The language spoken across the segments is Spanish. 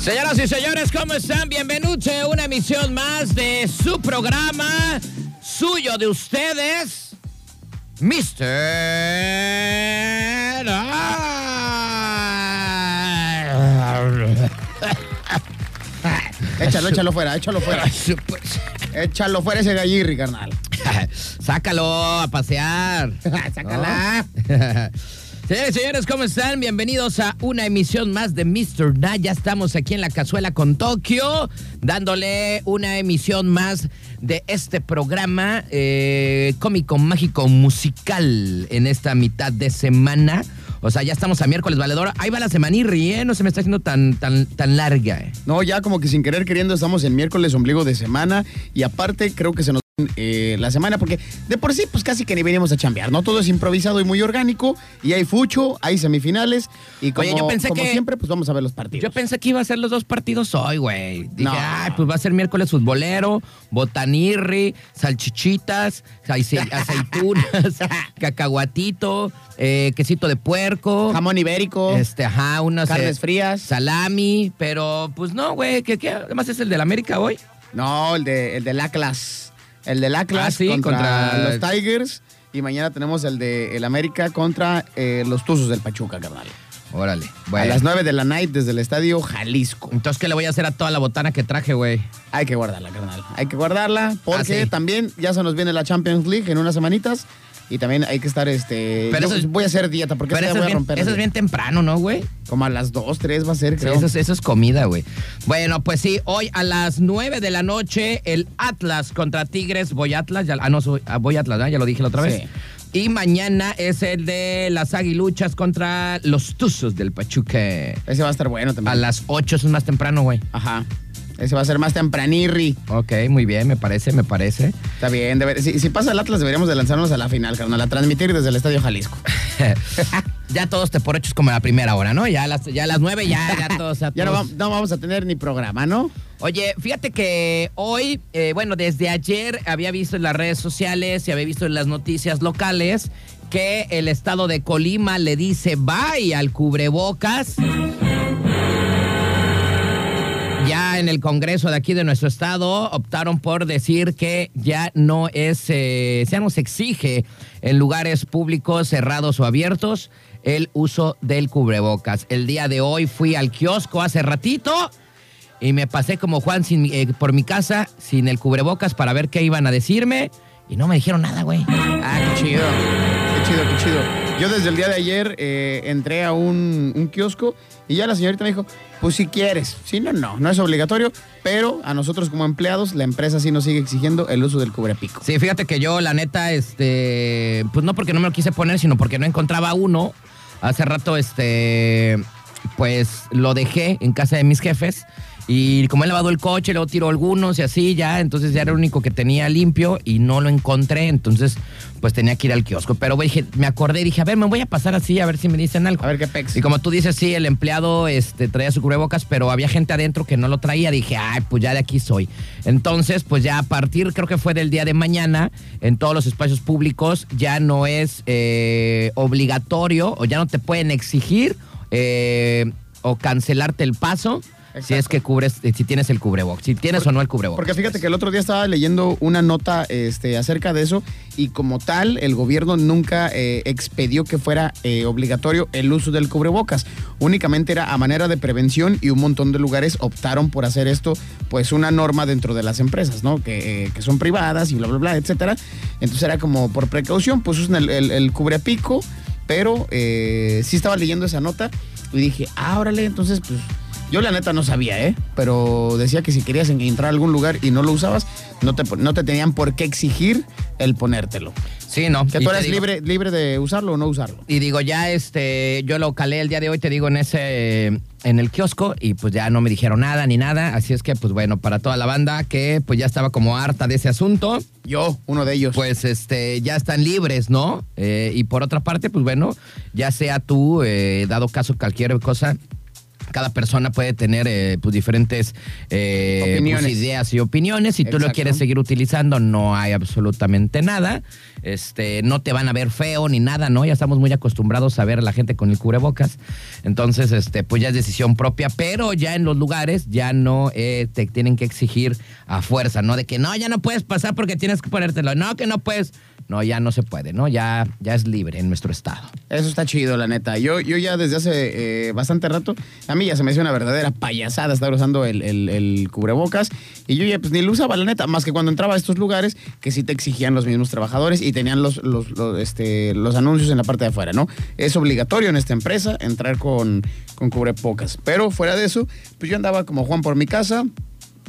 Señoras y señores, ¿cómo están? Bienvenidos a una emisión más de su programa, suyo de ustedes, Mr. Échalo, échalo fuera, échalo fuera. Échalo fuera ese gallirri, carnal. Sácalo a pasear. Sácala. Señores, señores, ¿cómo están? Bienvenidos a una emisión más de Mr. Na. Ya estamos aquí en la cazuela con Tokio, dándole una emisión más de este programa eh, cómico, mágico, musical en esta mitad de semana. O sea, ya estamos a miércoles, valedor. Ahí va la semanirri, ¿eh? No se me está haciendo tan, tan, tan larga, ¿eh? No, ya como que sin querer queriendo estamos en miércoles, ombligo de semana. Y aparte creo que se nos... eh, la semana porque de por sí pues casi que ni venimos a chambear, ¿no? Todo es improvisado y muy orgánico y hay fucho, hay semifinales y como, Oye, yo pensé como que- siempre pues vamos a ver los partidos. Yo pensé que iba a ser los dos partidos hoy, güey. Dije, No. ay, pues va a ser miércoles futbolero, botanirri, salchichitas, ace- aceitunas, cacahuatito, eh, quesito de puerco. Jamón ibérico, Este, ajá, unas eh, carnes frías. salami, pero pues no, güey, que, que además es el del América hoy. No, el de el del Atlas. El del Atlas Ah, sí, contra, contra- los Tigers y mañana tenemos el de el América contra eh, los Tuzos del Pachuca, carnal. Órale, A bueno. las 9 de la night desde el estadio Jalisco. Entonces, ¿qué le voy a hacer a toda la botana que traje, güey? Hay que guardarla, carnal. Hay que guardarla porque Ah, sí. también ya se nos viene la Champions League en unas semanitas y también hay que estar este. Pero yo eso es- voy a hacer dieta porque Pero esta eso es, ya voy a bien, romper. eso es bien temprano, ¿no, güey? Como a las 2, 3 va a ser, Sí, creo. eso, es, eso es comida, güey. Bueno, pues sí, hoy a las 9 de la noche, el Atlas contra Tigres, voy Atlas, ya, ah, no, soy- ah, voy Atlas, ¿verdad? ya lo dije la otra vez. Sí. Y mañana es el de las aguiluchas contra los tuzos del Pachuca. Ese va a estar bueno A también. las 8 eso es más temprano, güey. Ajá. Ese va a ser más tempranirri. Ok, muy bien, me parece, me parece. Está bien, debe- si, si pasa el Atlas deberíamos de lanzarnos a la final, carnal, a transmitir desde el Estadio Jalisco. ya todos te por hechos como la primera hora, ¿no? Ya a las, ya a las 9, ya, ya todos. a Ya no, todos. vam- no vamos a tener ni programa, ¿no? Oye, fíjate que hoy, eh, bueno, desde ayer había visto en las redes sociales y había visto en las noticias locales que el estado de Colima le dice bye al cubrebocas. Ya en el Congreso de aquí de nuestro estado optaron por decir que ya no es, eh, ya no se exige en lugares públicos cerrados o abiertos el uso del cubrebocas. El día de hoy fui al kiosco hace ratito y me pasé como Juan sin, mi- eh, por mi casa sin el cubrebocas para ver qué iban a decirme y no me dijeron nada, güey. Ah, qué chido. Qué chido, qué chido. Yo desde el día de ayer eh, entré a un, un kiosco y ya la señorita me dijo, pues si quieres, si no, no, no es obligatorio, pero a nosotros como empleados la empresa sí nos sigue exigiendo el uso del cubrepico. Sí, fíjate que yo, la neta, este, pues no porque no me lo quise poner, sino porque no encontraba uno. Hace rato, este, pues lo dejé en casa de mis jefes. Y como he lavado el coche, luego tiro algunos y así ya, entonces ya era el único que tenía limpio y no lo encontré, entonces pues tenía que ir al kiosco. Pero güey, dije, me acordé y dije, a ver, me voy a pasar así a ver si me dicen algo. A ver qué pex. Y como tú dices, sí, el empleado este, traía su cubrebocas, pero había gente adentro que no lo traía. Dije, ay, pues ya de aquí soy. Entonces, pues ya a partir, creo que fue del día de mañana, en todos los espacios públicos, ya no es eh, obligatorio o ya no te pueden exigir eh, o cancelarte el paso si Exacto. es que cubres, eh, si tienes el cubrebocas, si tienes o no el cubrebocas. Porque fíjate pues. que el otro día estaba leyendo una nota este, acerca de eso y como tal el gobierno nunca eh, expedió que fuera eh, obligatorio el uso del cubrebocas. Únicamente era a manera de prevención y un montón de lugares optaron por hacer esto pues una norma dentro de las empresas, ¿no? Que, eh, que son privadas y bla, bla, bla, etcétera. Entonces era como por precaución, pues usan el, el, el cubrepico, pero eh, sí estaba leyendo esa nota y dije, ah, órale, entonces pues... Yo la neta no sabía, ¿eh? Pero decía que si querías en- entrar a algún lugar y no lo usabas, no te, no te tenían por qué exigir el ponértelo. Sí, no. Que y tú te eres digo- libre, libre de usarlo o no usarlo. Y digo, ya este, yo lo calé el día de hoy, te digo, en ese, en el kiosco, y pues ya no me dijeron nada ni nada. Así es que, pues bueno, para toda la banda que pues ya estaba como harta de ese asunto, Yo, uno de ellos. pues este, ya están libres, ¿no? Eh, y por otra parte, pues bueno, ya sea tú, eh, dado caso cualquier cosa, cada persona puede tener eh, pues, diferentes eh, Opiniones. pues, ideas y opiniones. Si tú lo Exacto. quieres seguir utilizando, no hay absolutamente nada. Este, no te van a ver feo ni nada, ¿no? Ya estamos muy acostumbrados a ver a la gente con el cubrebocas. Entonces, este, pues ya es decisión propia, pero ya en los lugares ya no eh, te tienen que exigir a fuerza, ¿no? De que no, ya no puedes pasar porque tienes que ponértelo. No, que no puedes. No, ya no se puede, ¿no? Ya, ya es libre en nuestro estado. Eso está chido, la neta. Yo, yo ya desde hace eh, bastante rato, a mí ya se me hizo una verdadera payasada estar usando el, el- el cubrebocas. Y yo ya pues ni lo usaba, la neta, más que cuando entraba a estos lugares que sí te exigían los mismos trabajadores y tenían los, los, los, este, los anuncios en la parte de afuera, ¿no? Es obligatorio en esta empresa entrar con, con cubrebocas. Pero fuera de eso, pues yo andaba como Juan por mi casa,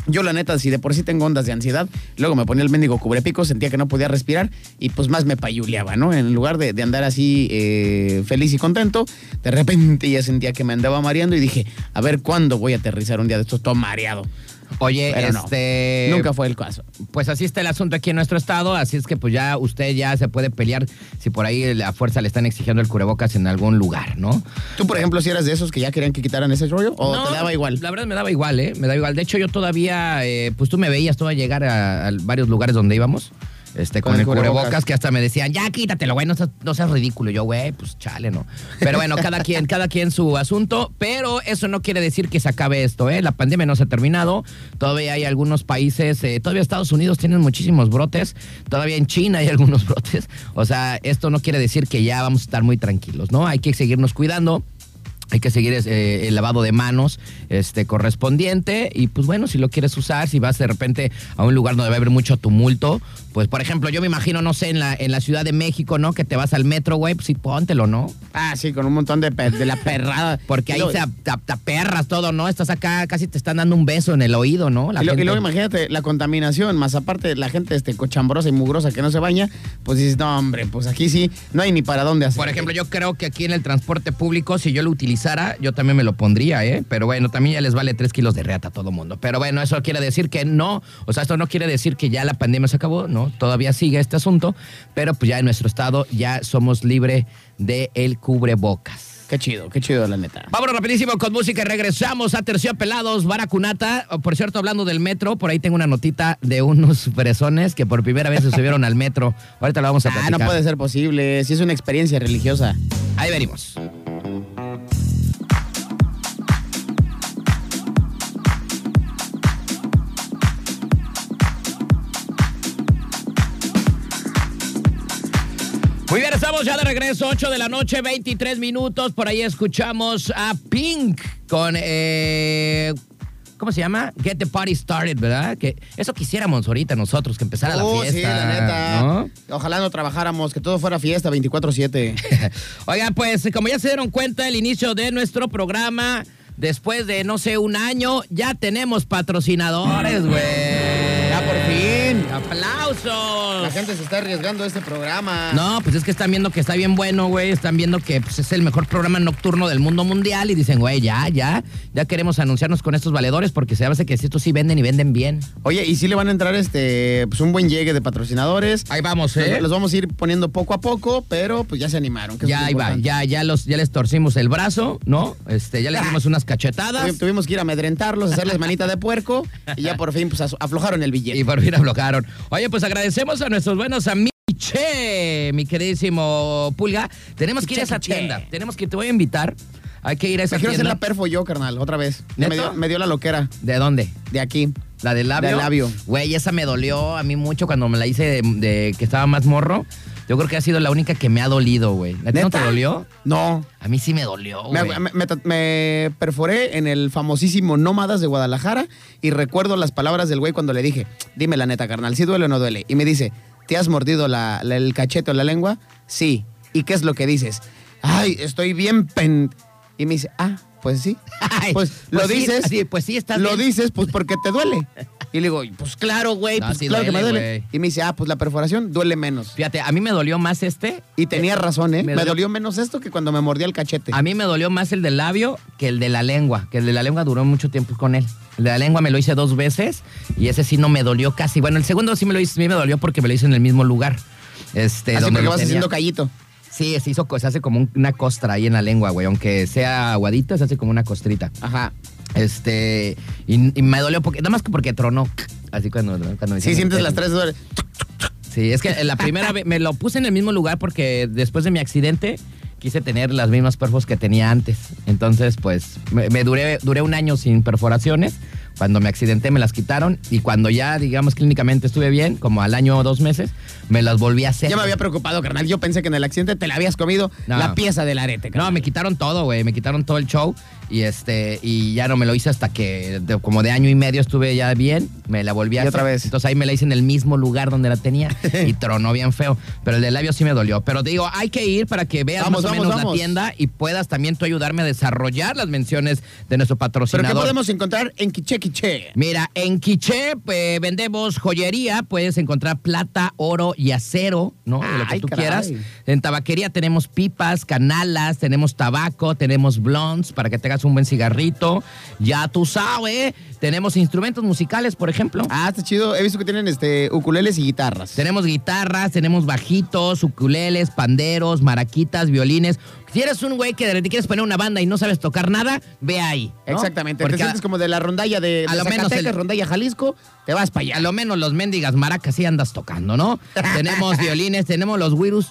yo la neta, si de por sí tengo ondas de ansiedad, luego me ponía el mendigo cubrepico, sentía que no podía respirar y pues más me payuleaba, ¿no? En lugar de, de andar así eh, feliz y contento, de repente ya sentía que me andaba mareando y dije, a ver cuándo voy a aterrizar un día de estos todo mareado. Oye, Pero no, este. Nunca fue el caso. pues así está el asunto aquí en nuestro estado, así es que pues ya usted ya se puede pelear si por ahí la fuerza le están exigiendo el cubrebocas en algún lugar, ¿no? ¿Tú, por ejemplo, si eras de esos que ya querían que quitaran ese rollo o No, te daba igual? La verdad me daba igual, ¿eh? Me daba igual. De hecho, yo todavía, eh, pues tú me veías toda llegar a, a varios lugares donde íbamos. Este, con, Con el el cubrebocas. cubrebocas que hasta me decían, ya quítatelo, güey, no seas, no seas ridículo. Y Yo, güey, pues chale, ¿no? Pero bueno, cada quien, cada quien su asunto, pero eso no quiere decir que se acabe esto, ¿eh? La pandemia no se ha terminado, todavía hay algunos países, eh, todavía Estados Unidos tienen muchísimos brotes, todavía en China hay algunos brotes. O sea, esto no quiere decir que ya vamos a estar muy tranquilos, ¿no? Hay que seguirnos cuidando. Hay que seguir eh, el lavado de manos este, correspondiente. Y pues bueno, si lo quieres usar, si vas de repente a un lugar donde va a haber mucho tumulto, pues por ejemplo, yo me imagino, no sé, en la, en la Ciudad de México, ¿no? Que te vas al metro, güey, pues sí, póntelo, ¿no? Ah, sí, con un montón de, pe- de la perrada. Porque ahí Y luego- te perras todo, ¿no? Estás acá, casi te están dando un beso en el oído, ¿no? La y, lo- y gente- luego imagínate la contaminación, más aparte la gente este, cochambrosa y mugrosa que no se baña, pues dices, no, hombre, pues aquí sí, no hay ni para dónde hacer. Por ejemplo, yo creo que aquí en el transporte público, si yo lo utilizara, yo también me lo pondría, ¿eh? Pero bueno, también ya les vale tres kilos de reata a todo mundo. Pero bueno, eso quiere decir que no, o sea, esto no quiere decir que ya la pandemia se acabó, no, todavía sigue este asunto, pero pues ya en nuestro estado ya somos libre de el cubrebocas. Qué chido, qué chido, la neta. Vámonos rapidísimo con música y regresamos a Terciopelados, Baracunata. Oh, Por cierto, hablando del metro, por ahí tengo una notita de unos fresones que por primera vez se subieron al metro. Ahorita lo vamos a Ah, platicar. no puede ser posible, si es una experiencia religiosa. Ahí venimos. Muy bien, estamos ya de regreso, 8 de la noche, 23 minutos. Por ahí escuchamos a Pink con. eh, ¿Cómo se llama? Get the Party Started, ¿verdad? Que eso quisiéramos ahorita nosotros, que empezara Oh, la fiesta. sí, la neta. ¿no? Ojalá no trabajáramos, que todo fuera fiesta 24-7. Oiga, pues como ya se dieron cuenta, el inicio de nuestro programa, después de no sé, un año, ya tenemos patrocinadores, güey. ya por fin. La ¡Aplausos! gente se está arriesgando a este programa. No, pues es que están viendo que está bien bueno, güey. Están viendo que pues, es el mejor programa nocturno del mundo mundial y dicen, güey, ya, ya, ya queremos anunciarnos con estos valedores porque se hace que estos sí venden y venden bien. Oye, y sí le van a entrar este, pues un buen llegue de patrocinadores. Ahí vamos, ¿eh? Los, los vamos a ir poniendo poco a poco, pero pues ya se animaron. que eso es Ya lo ahí va, importante. ya, ya los, ya les torcimos el brazo, ¿no? Este, ya les dimos unas cachetadas. Tuvi- Tuvimos que ir a amedrentarlos, hacerles manita de puerco y ya por fin pues as- aflojaron el billete. Y por fin aflojaron. Oye, pues agradecemos a nuestros buenos amigos. Che, mi queridísimo Pulga, tenemos que ir a esa Che, che. tienda. Tenemos que, te voy a invitar. Hay que ir a esa Me quiero hacer tienda. la perfo yo, carnal, otra vez. Ya Me ¿Neto? dio, me dio la loquera ¿De dónde? de aquí. ¿La del labio? Del labio. Güey, esa me dolió a mí mucho cuando me la hice de, de que estaba más morro. Yo creo que ha sido la única que me ha dolido, güey. ¿A ti no te ¿Neta? dolió? No. A mí Oh, sí me dolió, Me, güey. me- me ta- me perforé en el famosísimo Nómadas de Guadalajara y recuerdo las palabras del güey cuando le dije, dime la neta, carnal, ¿sí duele o no duele? Y me dice, ¿te has mordido la, la- el cachete o la lengua? Sí. ¿Y qué es lo que dices? Ay, estoy bien pen... Y me dice, ah, pues sí. Ay, pues, lo sí, dices, así, pues sí, estás lo bien. dices, pues porque te duele. Y le digo, pues claro, güey, No, pues sí claro que me duele, duele. güey. Y me dice, ah, pues la perforación duele menos. Fíjate, a mí me dolió más este Y tenía razón, ¿eh? me Ah, Me, dolió- dolió menos esto que cuando me mordía el cachete. A mí me dolió más el del labio que el de la lengua, que el de la lengua duró mucho tiempo con él. El de la lengua me lo hice dos veces y ese sí no me dolió casi. Bueno, el segundo sí me lo hice, sí me dolió porque me lo hice en el mismo lugar. Este, Así donde porque lo vas tenía. haciendo callito. Sí, se hizo, se hace como un- una costra ahí en la lengua, güey. Aunque sea aguadita, se hace como una costrita. Ajá. Este, y, y me dolió porque, nada más que porque tronó. Así cuando, cuando me Sí, hicieron sientes el- las tres dólares. Sí, es que la primera vez me lo puse en el mismo lugar porque después de mi accidente quise tener las mismas perfos que tenía antes. Entonces, pues, me, me duré, duré un año sin perforaciones. Cuando me accidenté me las quitaron y cuando ya, digamos, clínicamente estuve bien, como al año o dos meses, me las volví a hacer. Ya me había preocupado, carnal. Yo pensé que en el accidente te la habías comido No. la pieza del arete, No, carnal. me quitaron todo, güey. Me quitaron todo el show. Y este, y ya no me lo hice hasta que de- como de año y medio estuve ya bien. Me la volví a Y hacer. otra vez. Entonces ahí me la hice en el mismo lugar donde la tenía. y tronó bien feo. Pero el de labio sí me dolió. Pero te digo, hay que ir para que veas Vamos, más o vamos, menos la vamos. tienda y puedas también tú ayudarme a desarrollar las menciones de nuestro ¿Pero patrocinador. qué podemos encontrar en Quiche Quiche? Mira, en Quiché pues, vendemos joyería, puedes encontrar plata, oro y acero, ¿no? De lo que Ay, tú caray. quieras. En tabaquería tenemos pipas, canalas, tenemos tabaco, tenemos blondes para que tengas un buen cigarrito. Ya tú sabes, tenemos instrumentos musicales, por ejemplo. Ah, está chido. He visto que tienen este ukuleles y guitarras. Tenemos guitarras, tenemos bajitos, ukuleles, panderos, maraquitas, violines. Si eres un güey que de repente quieres poner una banda y no sabes tocar nada, ve ahí. ¿no? Exactamente. Porque te sientes como de la rondalla de, de a lo menos Zacatecas, el- rondalla Jalisco, te vas para Y allá. a lo menos los mendigas maracas sí andas tocando, ¿no? tenemos violines, tenemos los wirus,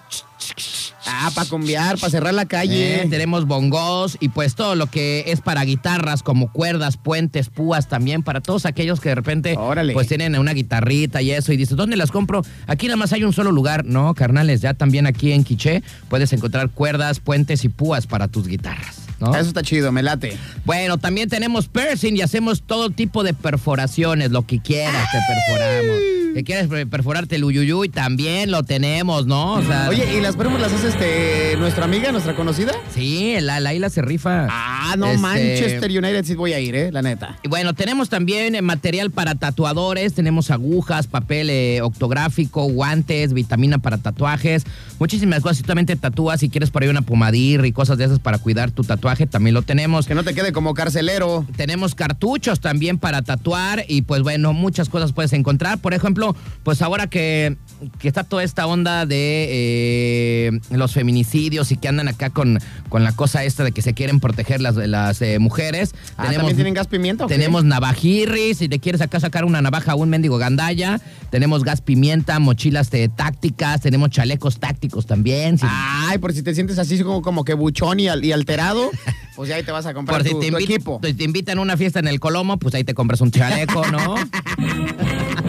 Ah, para conviar, para cerrar la calle. eh, tenemos bongos y pues todo lo que es para guitarras como cuerdas, puentes, púas también, para todos aquellos que de repente Órale. pues tienen una guitarrita y eso y dices, ¿dónde las compro? Aquí nada más hay un solo lugar, ¿no? Carnales, ya también aquí en Quiché puedes encontrar cuerdas, puentes y púas para tus guitarras, ¿no? Eso está chido, me late. Bueno, también tenemos piercing y hacemos todo tipo de perforaciones, lo que quieras te perforamos. Que quieres per- perforarte el uyuyuy, también lo tenemos, ¿no? O sea, Oye, ¿y las pruebas las hace este, nuestra amiga, nuestra conocida? sí, la, la isla se rifa. Ah, no, Este- Manchester United sí voy a ir, eh, la neta. Y bueno, tenemos también eh, material para tatuadores, tenemos agujas, papel eh, octográfico, guantes, vitamina para tatuajes, muchísimas cosas. Si tú también te tatúas y quieres por ahí una pomadir y cosas de esas para cuidar tu tatuaje, también lo tenemos. Que no te quede como carcelero. Tenemos cartuchos también para tatuar y pues bueno, muchas cosas puedes encontrar. Por ejemplo, pues ahora que, que está toda esta onda de eh, los feminicidios y que andan acá con, con la cosa esta de que se quieren proteger las, las eh, mujeres. Ah, ¿también tienen gas pimienta o qué? Tenemos navajirris, si te quieres acá sacar una navaja o un mendigo gandalla. Tenemos gas pimienta, mochilas eh, tácticas, tenemos chalecos tácticos también. si- Ay, por si te sientes así como, como que buchón y, al- y alterado, pues ya ahí te vas a comprar Por si tu, te, tu invi- equipo. te- te invitan a una fiesta en el Colomo, pues ahí te compras un chaleco, ¿no?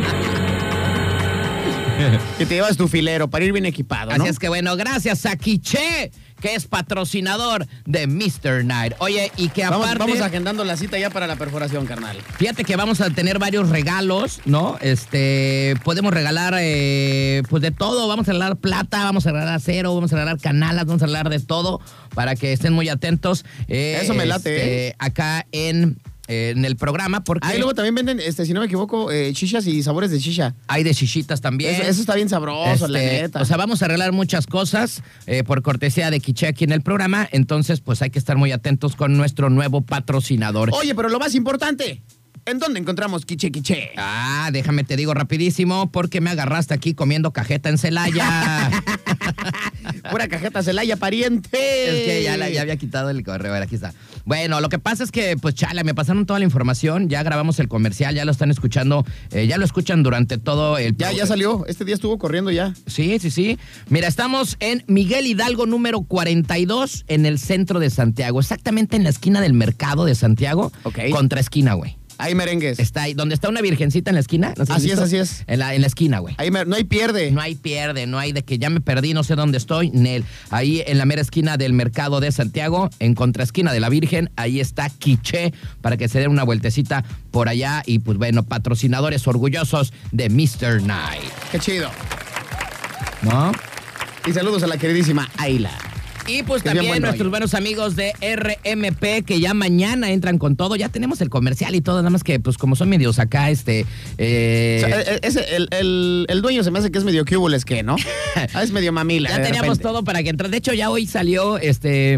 Que te llevas tu filero para ir bien equipado, ¿no? Así es que bueno, gracias a Quiche, que es patrocinador de Mr. Night. Oye, y que vamos, aparte, vamos agendando la cita ya para la perforación, carnal. fíjate que vamos a tener varios regalos, ¿no? Este, podemos regalar, eh, pues de todo. Vamos a regalar plata, vamos a regalar acero, vamos a regalar canalas, vamos a regalar de todo para que estén muy atentos. eh, Eso me late, este, Acá en, en el programa, porque Ah, y luego también venden, este, si no me equivoco, eh, chichas y sabores de chicha. hay de chichitas también. Eso, eso está bien sabroso, la Este, neta. O sea, vamos a arreglar muchas cosas eh, por cortesía de Quiche aquí en el programa. Entonces, pues hay que estar muy atentos con nuestro nuevo patrocinador. Oye, pero lo más importante, ¿en dónde encontramos quiche quiche? Ah, déjame te digo rapidísimo porque me agarraste aquí comiendo cajeta en Celaya. Pura cajeta Celaya, pariente. es que ya, la- ya había quitado el correo, a ver, aquí está. Bueno, lo que pasa es que, pues chala, me pasaron toda la información, ya grabamos el comercial, ya lo están escuchando, eh, ya lo escuchan durante todo el Ya, ya pro- salió. Este día estuvo corriendo ya. Sí, sí, sí. Mira, estamos en Miguel Hidalgo número 42 en el centro de Santiago, exactamente en la esquina del mercado de Santiago, Ok. contra esquina, güey. Ahí merengues. Está ahí, donde está una virgencita en la esquina. ¿no sé si has Así es, visto? así es. En la, en la esquina, güey. Ahí mer- no hay pierde. No hay pierde, no hay de que ya me perdí, no sé dónde estoy. Nel, ahí en la mera esquina del mercado de Santiago, en contraesquina de la Virgen, ahí está Quiche para que se den una vueltecita por allá. Y pues bueno, patrocinadores orgullosos de Mr. Night, Qué chido. ¿no? Y saludos a la queridísima Ayla. Y pues Que sea también bueno nuestros ahí. buenos amigos de RMP que ya mañana entran con todo. Ya tenemos el comercial y todo, nada más que pues como son medios acá, este... eh, O sea, e- e- ese- el, el- el dueño se me hace que es medio cubules que, ¿no? Ah, es medio mamila. ya de teníamos repente. todo para que entrara. De hecho, ya hoy salió este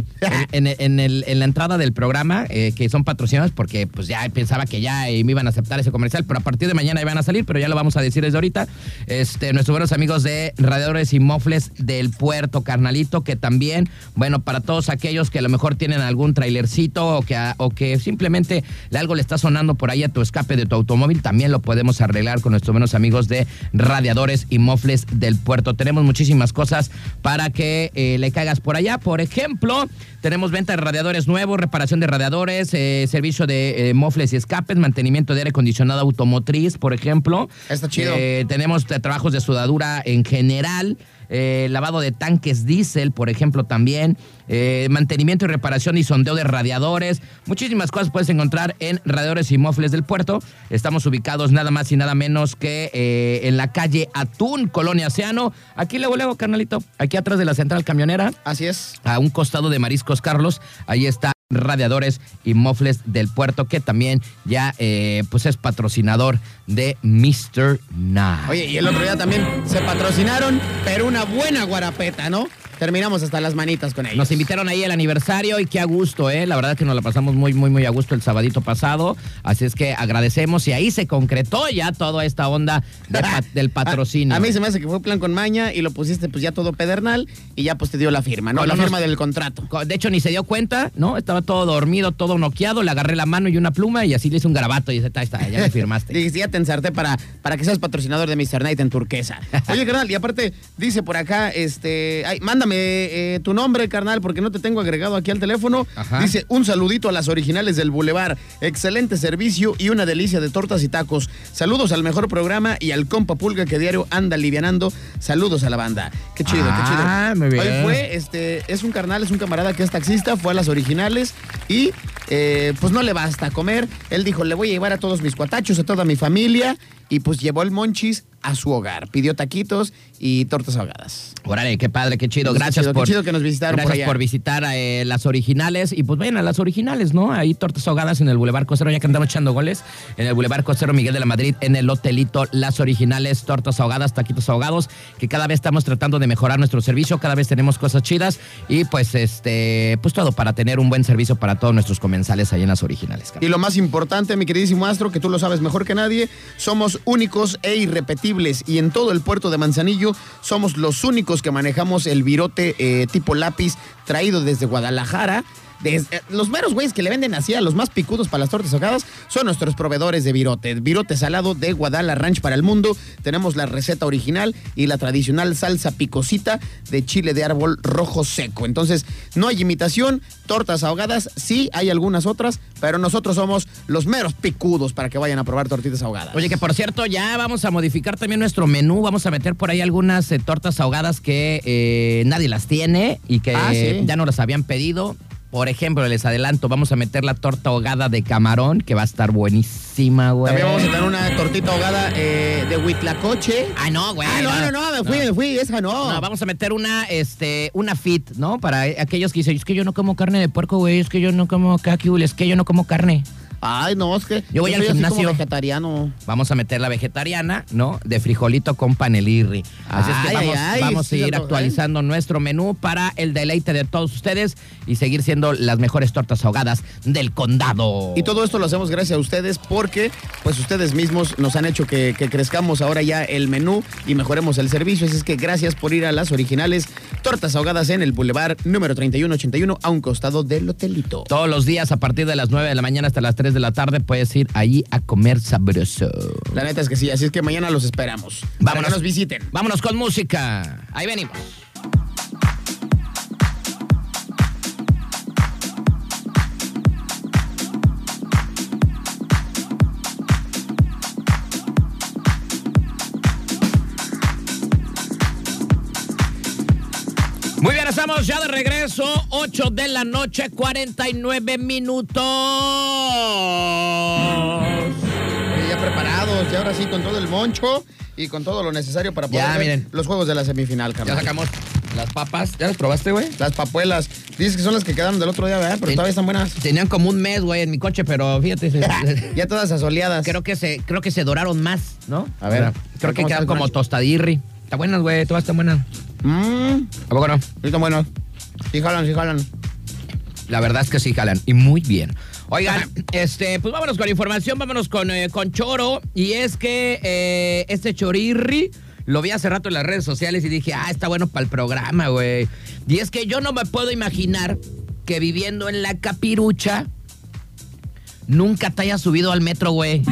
en, en- en el- en la entrada del programa eh, que son patrocinados porque pues ya pensaba que ya eh, me iban a aceptar ese comercial, pero a partir de mañana iban a salir, pero ya lo vamos a decir desde ahorita. Este, nuestros buenos amigos de Radiadores y Mofles del Puerto Carnalito, que también, bueno, para todos aquellos que a lo mejor tienen algún trailercito o que, o que simplemente algo le está sonando por ahí a tu escape de tu automóvil, también lo podemos arreglar con nuestros buenos amigos de Radiadores y Mofles del Puerto. Tenemos muchísimas cosas para que eh, le cagas por allá. Por ejemplo, tenemos venta de radiadores nuevos, reparación de radiadores, eh, servicio de eh, mofles y escapes, mantenimiento de aire acondicionado automotriz, por ejemplo. Está chido. Eh, tenemos eh, trabajos de sudadura en general. eh, lavado de tanques diésel, por ejemplo, también. eh, mantenimiento y reparación y sondeo de radiadores. Muchísimas cosas puedes encontrar en Radiadores y Mofles del Puerto. Estamos ubicados nada más y nada menos que eh, en la calle Atún, Colonia Océano. Aquí luego, luego, carnalito. Aquí atrás de la central camionera Así es. a un costado de Mariscos Carlos. Ahí está Radiadores y Mofles del Puerto, que también ya eh, pues es patrocinador de Mr. Night. Oye, y el otro día también se patrocinaron, pero una buena guarapeta, ¿no? Terminamos hasta las manitas con ellos. Nos invitaron ahí al aniversario y qué a gusto, ¿eh? La verdad que nos la pasamos muy, muy, muy a gusto el sabadito pasado. Así es que agradecemos y ahí se concretó ya toda esta onda de pa- del patrocinio. Ah, A, a mí se me hace que fue plan con maña y lo pusiste pues ya todo pedernal y ya pues te dio la firma, ¿no? Con La unos- firma del contrato. Co- De hecho, ni se dio cuenta, ¿no? Estaba todo dormido, todo noqueado. Le agarré la mano y una pluma y así le hice un garabato y dice, está, está, ya me firmaste. Dijiste, ya te ensarté para, para que seas patrocinador de Mr. Night en turquesa. Oye, carnal, y aparte dice por acá, este, ay, mándame eh, tu nombre, carnal, porque no te tengo agregado aquí al teléfono. Ajá. Dice, un saludito a las originales del Boulevard. Excelente servicio y una delicia de tortas y tacos. Saludos al mejor programa y al compa Pulga que diario anda alivianando. Saludos a la banda. Qué chido, Ah, qué chido. muy bien. Oye, fue, este, es un carnal, es un camarada que es taxista, fue a las originales y eh, pues no le basta comer. Él dijo, le voy a llevar a todos mis cuatachos, a toda mi familia y pues llevó el monchis a su hogar. Pidió taquitos y tortas ahogadas. Órale, qué padre, qué chido. Qué Gracias chido, qué por. chido que nos visitaron por Gracias allá. por visitar eh, las originales. Y pues vayan a las originales, ¿no? Ahí tortas ahogadas en el Boulevard Costero, ya que andamos echando goles. En el Boulevard Costero Miguel de la Madrid, en el hotelito Las Originales, tortas ahogadas, taquitos ahogados, que cada vez estamos tratando de mejorar nuestro servicio, cada vez tenemos cosas chidas. Y pues, este, pues todo para tener un buen servicio para todos nuestros comensales ahí en las originales. Y lo más importante, mi queridísimo Astro, que tú lo sabes mejor que nadie, somos únicos e irrepetibles. Y en todo el puerto de Manzanillo somos los únicos que manejamos el virote eh, tipo lápiz traído desde Guadalajara. Des- eh, los meros güeyes que le venden así a los más picudos para las tortas ahogadas son nuestros proveedores de virote. Virote salado de Guadalajara Ranch para el mundo. Tenemos la receta original y la tradicional salsa picosita de chile de árbol rojo seco. Entonces, no hay imitación, tortas ahogadas, sí hay algunas otras, pero nosotros somos los meros picudos para que vayan a probar tortitas ahogadas. Oye, que por cierto, ya vamos a modificar también nuestro menú. Vamos a meter por ahí algunas eh, tortas ahogadas que eh, nadie las tiene y que Ah, sí. ya no las habían pedido. Por ejemplo, les adelanto, vamos a meter la torta ahogada de camarón, que va a estar buenísima, güey. También vamos a tener una tortita ahogada eh, de huitlacoche. Ah, no, güey. Ah, no, no, no, me fui, me fui, esa no. No, vamos a meter una, este, una fit, ¿no? Para aquellos que dicen, es que yo no como carne de puerco, güey, es que yo no como caqui, es que yo no como carne. Ay, no, es que Yo voy al soy así como gimnasio. vegetariano. Vamos a meter la vegetariana, ¿no? De frijolito con panelirri. Así es que Ay, vamos, ay, ay, vamos sí a se ir antoja, actualizando nuestro menú para el deleite de todos ustedes y seguir siendo las mejores tortas ahogadas del condado. Y todo esto lo hacemos gracias a ustedes porque pues ustedes mismos nos han hecho que, que crezcamos ahora ya el menú y mejoremos el servicio. Así es que gracias por ir a las originales tortas ahogadas en el Boulevard número 3181 a un costado del hotelito. Todos los días a partir de las 9 de la mañana hasta las 3 de la tarde puedes ir allí a comer sabroso. La neta es que sí, así es que mañana los esperamos. Para Vámonos. que nos visiten. Vámonos con música. Ahí venimos. Muy bien, estamos ya de regreso. 8 de la noche, 49 minutos. Eh, Ya preparados, ya ahora sí con todo el moncho y con todo lo necesario para Ya, poder ver miren. los juegos de la semifinal, Ya carnal. sacamos Las papas, ¿ya las probaste, güey? Las papuelas. Dices que son las que quedaron del otro día, ¿verdad? Pero Ten- todavía están buenas. Tenían como un mes, güey, en mi coche, pero fíjate. Ah. se- Ya todas asoleadas. creo, que se, creo que se doraron más, ¿no? A ver, a- Creo que ¿cómo quedan estás, como Nacho? tostadirri. Está buenas, güey, todas están buenas. Mmm, ¿A poco no? están buenas. Sí jalan, sí jalan. La verdad es que sí, jalan. Y muy bien. Oigan, este, pues vámonos con información, vámonos con, eh, con Choro. Y es que eh, este Chorirri lo vi hace rato en las redes sociales y dije, ah, está bueno para el programa, güey. Y es que yo no me puedo imaginar que viviendo en la capirucha nunca te hayas subido al metro, güey.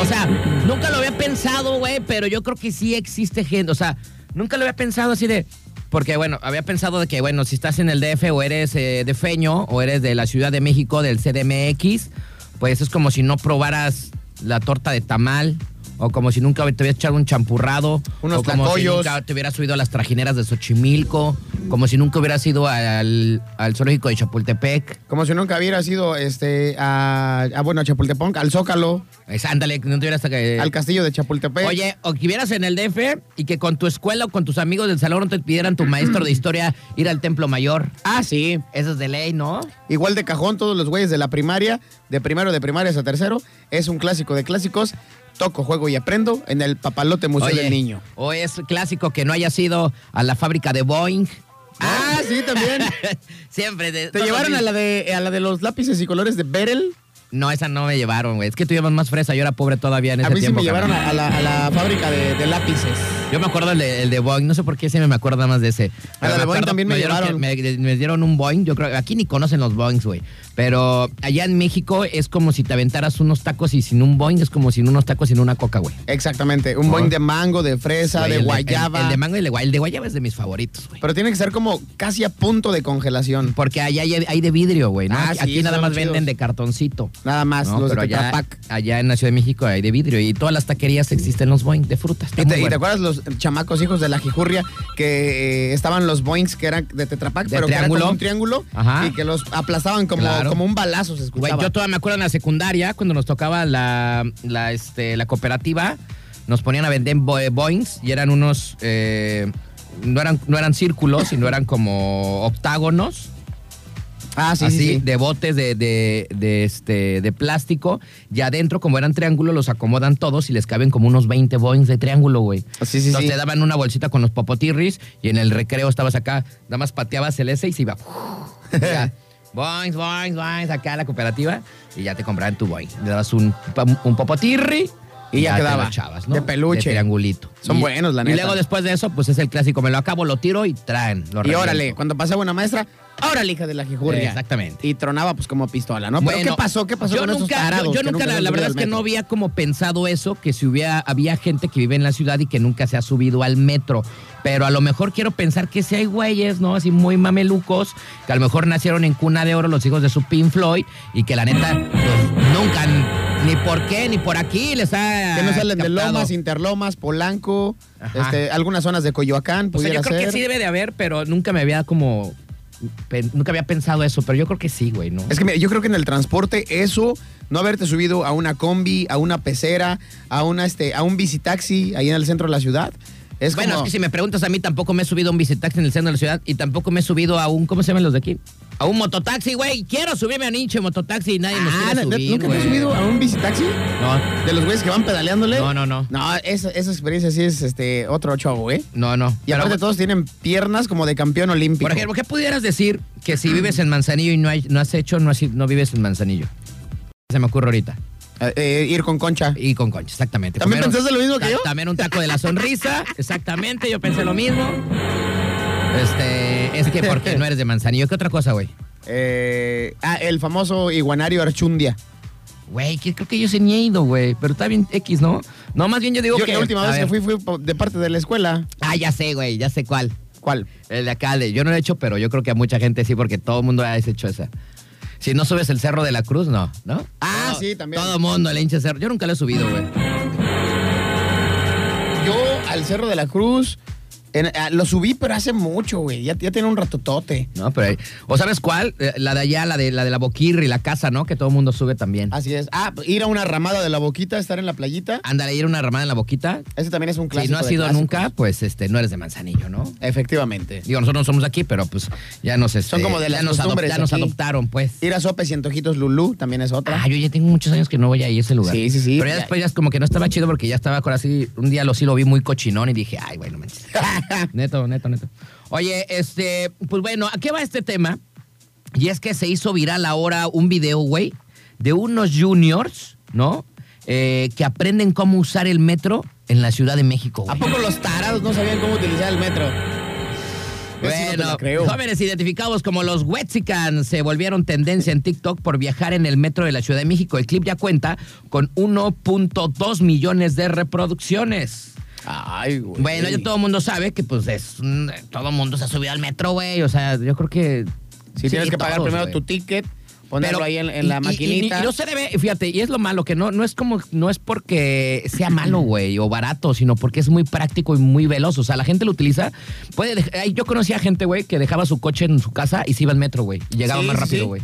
O sea, nunca lo había pensado, güey, pero yo creo que sí existe gente. O sea, nunca lo había pensado así de. Porque, bueno, había pensado de que, bueno, si estás en el DF o eres eh, de Feño o eres de la Ciudad de México, del CDMX, pues es como si no probaras la torta de tamal. O como si nunca te hubieras echado un champurrado. Unos o como tlacoyos. si nunca te hubieras subido a las trajineras de Xochimilco. Como si nunca hubieras ido al, al zoológico de Chapultepec. Como si nunca hubiera sido este, a, a, bueno, a Chapultepec, al Zócalo, Es, ándale, que no te hubieras... eh, al castillo de Chapultepec. Oye, o que vivieras en el DF y que con tu escuela o con tus amigos del salón no te pidieran tu maestro de historia ir al templo mayor. Ah, sí. Eso es de ley, ¿no? Igual de cajón, todos los güeyes de la primaria, de primero de primaria hasta tercero, es un clásico de clásicos. Toco, juego y aprendo en el papalote museo Oye, del niño. O es clásico que no hayas ido a la fábrica de Boeing. Ah, sí, también. Siempre. de- ¿Te todos llevaron los- a la de a la de los lápices y colores de Berel? No, esa no me llevaron, güey. Es que tú llevas más fresa. Yo era pobre todavía en ese A mí sí tiempo. me llevaron cabrón. a, a la, a la fábrica de, de lápices. Yo me acuerdo el de, el de Boeing. No sé por qué siempre me acuerdo más de ese. Pero Ah, la de me Boeing acuerdo- también me dieron llevaron. que- me, me dieron un Boeing. Yo creo aquí ni conocen los Boeings, güey. Pero allá en México es como si te aventaras unos tacos y sin un Boeing es como sin unos tacos sin una coca, güey. Exactamente, un boing de mango, de fresa, Güey, de el guayaba. el- el de mango y el de guayaba. El de guayaba es de mis favoritos, güey. Pero tiene que ser como casi a punto de congelación. Porque allá hay, hay de vidrio, güey. ¿no? Ah, aquí sí, aquí nada son más chidos. venden de cartoncito. Nada más, No, los de pero Tetra allá, Pak. allá en la Ciudad de México hay de vidrio y todas las taquerías existen los Boeing de frutas. Está ¿Y te, muy y te bueno. acuerdas los chamacos hijos de la jijurria que eh, estaban los boings que eran de tetrapac, ¿De pero que eran triángulo? como un triángulo Ajá. y que los aplastaban como, Claro. como un balazo, se Güey, escuchaba. yo todavía me acuerdo en la secundaria, cuando nos tocaba la, la, este, la cooperativa, nos ponían a vender bo- eh, boings y eran unos. eh, no, eran, no eran círculos, sino eran como octágonos. ah, sí, así, sí, sí. de botes de, de, de, este, de plástico. Y adentro, como eran triángulos, los acomodan todos y les caben como unos 20 boings de triángulo, güey. Sí, sí, Entonces sí. te daban una bolsita con los popotirris y en el recreo estabas acá, nada más pateabas el S y se iba. Ya, boings, boings, boings, acá a la cooperativa y ya te compraban tu boing. Le dabas un, pa- un popotirri Y ya te quedaba. lo echabas, ¿no? De peluche. De triangulito. Son Y- buenos, la Y neta. luego después de eso, pues es el clásico, me lo acabo, lo tiro y traen. Lo Y reviento. órale, cuando pasaba una maestra, órale, hija de la jijurria. Eh, exactamente. Y tronaba pues como pistola, ¿no? Bueno, Pero ¿qué pasó? ¿Qué pasó yo con esos nunca, tarados Yo, yo que nunca, se la, han la verdad es subido que al no metro? había como pensado eso, que si hubiera, había gente que vive en la ciudad y que nunca se ha subido al metro. Pero a lo mejor quiero pensar que si hay güeyes, ¿no? Así muy mamelucos, que a lo mejor nacieron en cuna de oro los hijos de su Pink Floyd y que la neta, pues nunca, ni por qué, ni por aquí les ha. Que no salen de captado. Lomas, Interlomas, Polanco, Ajá. este, algunas zonas de Coyoacán, O sea, pudiera Pues yo creo ser. que sí debe de haber, pero nunca me había como. pen- nunca había pensado eso, pero yo creo que sí, güey, ¿no? Es que mira, yo creo que en el transporte eso, no haberte subido a una combi, a una pecera, a una este, a un visitaxi ahí en el centro de la ciudad, es bueno, como es que si me preguntas a mí, tampoco me he subido a un visitaxi en el centro de la ciudad y tampoco me he subido a un, ¿cómo se llaman los de aquí? A un mototaxi, güey. Quiero subirme a un hinche mototaxi y nadie nos Ah, quiere ¿n- subir, ¿Nunca te has güey. subido a un visitaxi? No, De los güeyes que van pedaleándole. No, no, no. No, esa, esa experiencia sí es este otro show, ¿eh? no, no. Y aparte todos tienen piernas como de campeón olímpico. por ejemplo, ¿qué pudieras decir que Ah. si vives en Manzanillo y no, hay- no has hecho, no, has- no vives en Manzanillo? Se me ocurre ahorita. Eh, eh, ir con concha. Y con concha, exactamente. ¿También pensaste lo mismo que ta- yo? También un taco de la sonrisa, exactamente, yo pensé lo mismo. Este, es que porque no eres de Manzanillo. ¿Qué otra cosa, güey? Eh, ah, el famoso iguanario Archundia. Güey, que creo que yo se ni he ido, güey. Pero está bien X, ¿no? No, más bien yo digo Yo que. la última a vez ver. que fui fui po- de parte de la escuela. Ah, ya sé, güey, ya sé cuál. ¿Cuál? El de acá, de, yo no lo he hecho, pero yo creo que a mucha gente sí, porque todo el mundo ha hecho esa. Si no subes el Cerro de la Cruz, no, ¿no? Ah, Todo- sí, también. Todo el mundo le hincha cerro. Yo nunca lo he subido, güey. Yo al Cerro de la Cruz En- ah, lo subí, pero hace mucho, güey. Ya, ya tiene un ratotote. No, pero ahí- ¿O sabes cuál? Eh, La de allá, la de la de la Boquirri, la casa, ¿no? Que todo el mundo sube también. Así es. Ah, ir a una ramada de la boquita, estar en la playita. Ándale, ir a una ramada en la boquita. Ese también es un clásico. Si no has de ido clásicos. nunca, pues este, no eres de Manzanillo, ¿no? Efectivamente. Digo, nosotros no somos de aquí, pero pues ya nos este, Son como de ya las nos, adop- costumbres ya nos aquí. adoptaron, pues. Ir a sopes y antojitos Lulú también es otra. Ah, yo ya tengo muchos años que no voy ahí a ese lugar. Sí, sí, sí. Pero ya Ya- después ya es como que no estaba chido porque ya estaba con así. Un día lo sí lo vi muy cochinón y dije, ay, bueno, manches. neto, neto, neto. Oye, este, pues bueno, ¿a qué va este tema? Y es que se hizo viral ahora un video, güey, de unos juniors, ¿no? Eh, que aprenden cómo usar el metro en la Ciudad de México, ¿A güey. poco los tarados no sabían cómo utilizar el metro? Eso no te Bueno, la creo. jóvenes identificados como los Wexicans se volvieron tendencia en TikTok por viajar en el metro de la Ciudad de México. El clip ya cuenta con 1.2 millones de reproducciones. Ay, güey. Bueno, ya todo el mundo sabe que pues es un- todo el mundo se ha subido al metro, güey. O sea, yo creo que Si tienes que pagar todos, primero güey. tu ticket, ponerlo Pero- ahí en, en y- la y- y- maquinita. Y, no se debe, fíjate, y es lo malo, que no, no es como, no es porque sea malo, güey, o barato, sino porque es muy práctico y muy veloz. O sea, la gente lo utiliza. Puede dej- ay, yo conocía gente, güey, que dejaba su coche en su casa y se iba al metro, güey. Y llegaba Sí, más sí, rápido, sí. güey.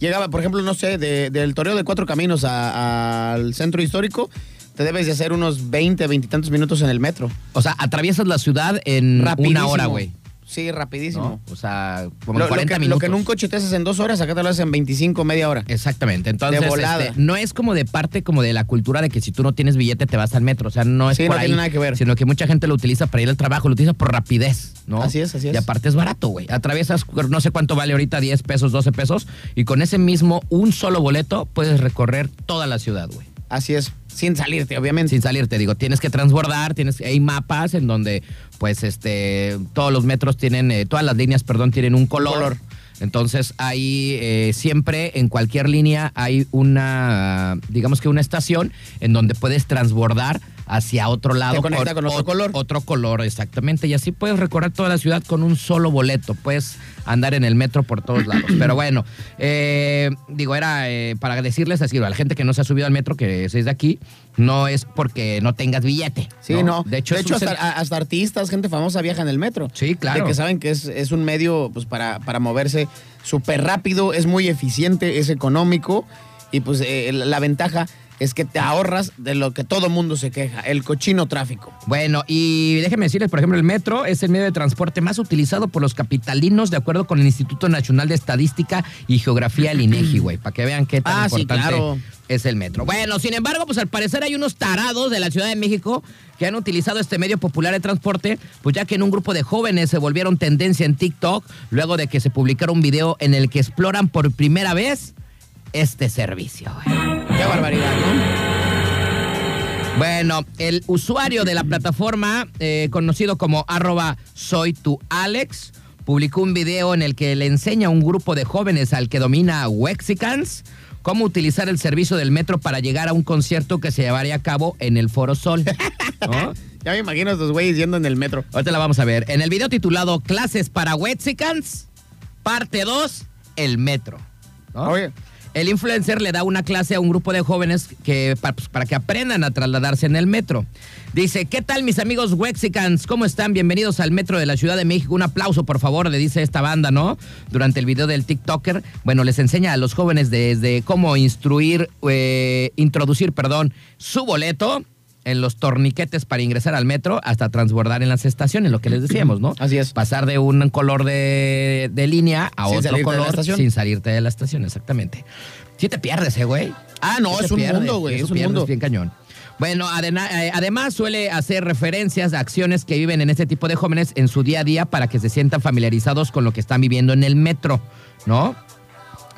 Llegaba, por ejemplo, no sé, de- del Toreo de Cuatro Caminos a- al centro histórico, te debes de hacer unos 20, 20 y tantos minutos en el metro. O sea, atraviesas la ciudad en una Rapidísimo. hora, güey. Sí, rapidísimo. ¿no? O sea, Lo, como en lo 40 que, minutos. lo que en un coche te haces en dos horas, acá te lo haces en 25, media hora. Exactamente, entonces De volada. este, no es como de parte como de la cultura de que si tú no tienes billete te vas al metro, o sea, no es Sí, por no ahí, tiene nada que ver. sino que mucha gente lo utiliza para ir al trabajo, lo utiliza por rapidez, ¿no? Así es, así Y es. aparte es barato, güey. Atraviesas no sé cuánto vale ahorita 10 pesos, 12 pesos y con ese mismo un solo boleto puedes recorrer toda la ciudad, güey. Así es, sin salirte, obviamente. Sin salirte, digo, tienes que transbordar, tienes hay mapas en donde pues este todos los metros tienen eh, todas las líneas, perdón, tienen un color. Color. Entonces ahí eh, siempre en cualquier línea hay una digamos que una estación en donde puedes transbordar hacia otro lado conecta con otro ot- color. Otro color, exactamente, y así puedes recorrer toda la ciudad con un solo boleto, puedes andar en el metro por todos lados. Pero bueno, eh, digo, era eh, para decirles así, a la gente que no se ha subido al metro, que es de aquí, no es porque no tengas billete. Sí, no. De hecho, es un hasta, sen- a- hasta artistas, gente famosa viaja en el metro. Sí, claro. De que saben que es, es un medio pues, para, para moverse súper rápido, es muy eficiente, es económico. Y pues eh, la la ventaja es que te ahorras de lo que todo mundo se queja, el cochino tráfico. Bueno, y déjenme decirles, por ejemplo, el metro es el medio de transporte más utilizado por los capitalinos, de acuerdo con el Instituto Nacional de Estadística y Geografía, el INEGI, güey, para que vean qué tan Ah, sí, importante claro. es el metro. Bueno, sin embargo, pues al parecer hay unos tarados de la Ciudad de México que han utilizado este medio popular de transporte, pues ya que en un grupo de jóvenes se volvieron tendencia en TikTok, luego de que se publicara un video en el que exploran por primera vez este servicio, güey. Qué barbaridad, ¿no? Bueno, el usuario de la plataforma, eh, conocido como arroba soy tu Alex, publicó un video en el que le enseña a un grupo de jóvenes al que domina Wexicans cómo utilizar el servicio del metro para llegar a un concierto que se llevaría a cabo en el Foro Sol. ¿No? Ya me imagino a estos güeyes yendo en el metro. Ahorita la vamos a ver. En el video titulado Clases para Wexicans, parte 2, el metro. ¿no? Oye. El influencer le da una clase a un grupo de jóvenes que, pa- pues, para, que aprendan a trasladarse en el metro. Dice, ¿qué tal mis amigos Wexicans? ¿Cómo están? Bienvenidos al metro de la Ciudad de México. Un aplauso, por favor, le dice esta banda, ¿no? Durante el video del TikToker, bueno, les enseña a los jóvenes desde cómo instruir, eh, introducir, perdón, su boleto en los torniquetes para ingresar al metro hasta transbordar en las estaciones, lo que les decíamos, ¿no? Así es. Pasar de un color de, de línea a Sin otro salirte de la color estación. sin salirte de la estación, exactamente. Si te pierdes, eh, güey. Ah, no, Sí te es un pierdes, mundo, güey, sí te es un pierdes mundo. bien cañón. Bueno, adena- eh, además suele hacer referencias a acciones que viven en este tipo de jóvenes en su día a día para que se sientan familiarizados con lo que están viviendo en el metro, ¿no?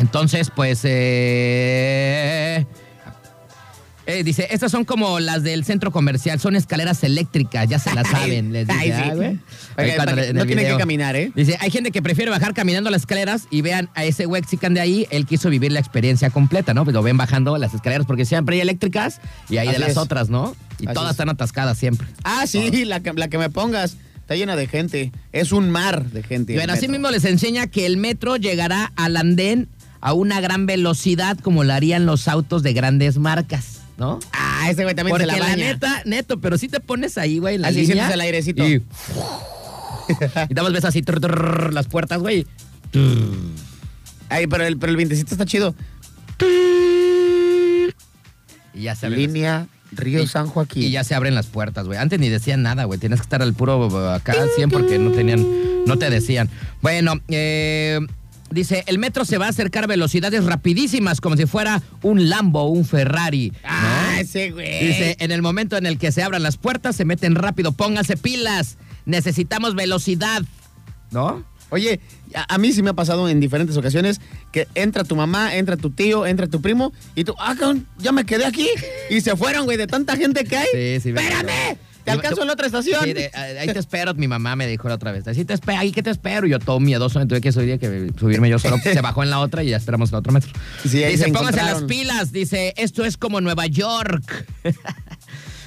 Entonces, pues, eh, eh, dice, estas son como las del centro comercial, son escaleras eléctricas, ya se las saben. les dice, Ay, sí. "Ah, güey". Ahí Oiga, cuando para en que- el no tienen video. que caminar, ¿eh? Dice, hay gente que prefiere bajar caminando las escaleras y vean a ese Wexican de ahí, él quiso vivir la experiencia completa, ¿no? Pues lo ven bajando las escaleras porque siempre hay eléctricas y hay de Así las es. otras, ¿no? Y Así todas es. están atascadas siempre. Ah, sí, la que, la que me pongas está llena de gente. Es un mar de gente. Y el bueno, así metro. mismo les enseña que el metro llegará al andén a una gran velocidad como lo harían los autos de grandes marcas, ¿no? Ah, ese güey también Porque se la la, baña. neta, neto, pero si te pones ahí, güey, en la Así línea sientes el airecito. y- y nada más ves así trrr, trrr, las puertas, güey. Ay, pero el, pero el 27 está chido. Y ya se abren las- Línea Río Y- San Joaquín. Y ya se abren las puertas, güey. Antes ni decían nada, güey. Tienes que estar al puro uh, acá al 100 porque no tenían, no te decían. Bueno, eh, dice, el metro se va a acercar a velocidades rapidísimas como si fuera un Lambo o un Ferrari. ¿no? Ah, ese güey. Dice, en el momento en el que se abran las puertas, se meten rápido, pónganse pilas. Necesitamos velocidad. ¿No? Oye, a, a mí sí me ha pasado en diferentes ocasiones que entra tu mamá, entra tu tío, entra tu primo y tú, ah, cabrón, ya me quedé aquí. Y se fueron, güey, de tanta gente que hay. Sí, sí, me ¡Espérame! acuerdo. Te alcanzo en la otra estación. Sí, de- ahí te espero, mi mamá me dijo la otra vez. Ahí te espero, ahí que te espero. Y Yo todo miedoso, entonces que subir, que subirme yo solo. Se bajó en la otra y ya esperamos la otra metro. Sí, ahí dice, se pónganse las encontraron". pilas. Dice, esto es como Nueva York.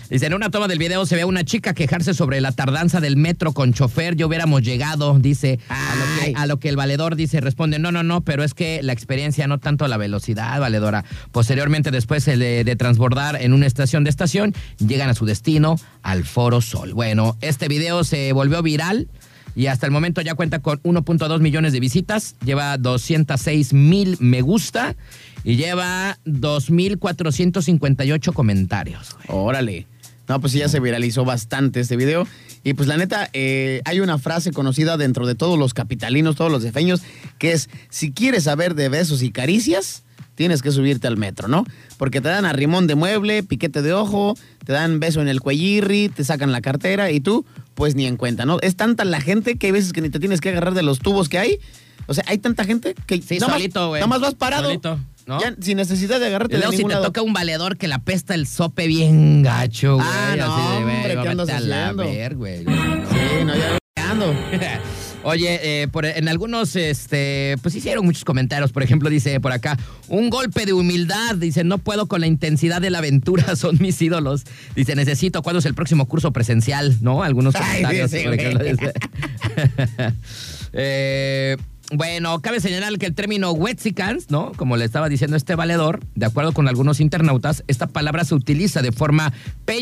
Dice, en una toma del video se ve a una chica quejarse sobre la tardanza del metro con chofer. Ya hubiéramos llegado, dice. A lo, Ay. que, a lo que el valedor dice, responde, no, no, no, pero es que la experiencia, no tanto la velocidad, valedora. Posteriormente, después el de, de transbordar en una estación de estación, llegan a su destino, al Foro Sol. Bueno, este video se volvió viral. Y hasta el momento ya cuenta con 1.2 millones de visitas, lleva 206 mil me gusta y lleva 2.458 comentarios. güey. Órale. No, pues sí, ya se viralizó bastante este video. Y pues la neta, eh, hay una frase conocida dentro de todos los capitalinos, todos los defeños, que es, si quieres saber de besos y caricias, tienes que subirte al metro, ¿no? Porque te dan arrimón de mueble, piquete de ojo, te dan beso en el cuellirri, te sacan la cartera y tú, pues ni en cuenta, ¿no? Es tanta la gente que hay veces que ni te tienes que agarrar de los tubos que hay. O sea, hay tanta gente que... Sí, nada más- solito, güey. Nada más vas parado. Solito, ¿no? Ya, sin necesidad de agarrarte Y luego de si ningún te lado. toca un valedor que la pesta el sope bien gacho, güey. Ah, no, así de, güey, hombre, ¿qué vete andas a la haciendo? ver, güey. No. Sí, no, ya... ando. Oye, eh, por- en algunos, este, pues hicieron muchos comentarios. Por ejemplo, dice por acá, un golpe de humildad. Dice, no puedo con la intensidad de la aventura, son mis ídolos. Dice, necesito, ¿cuándo es el próximo curso presencial? ¿No? Algunos Ay, comentarios. sí, por güey. ejemplo, dice. Eh, bueno, cabe señalar que el término wexicans, ¿no? Como le estaba diciendo este valedor, de acuerdo con algunos internautas, esta palabra se utiliza de forma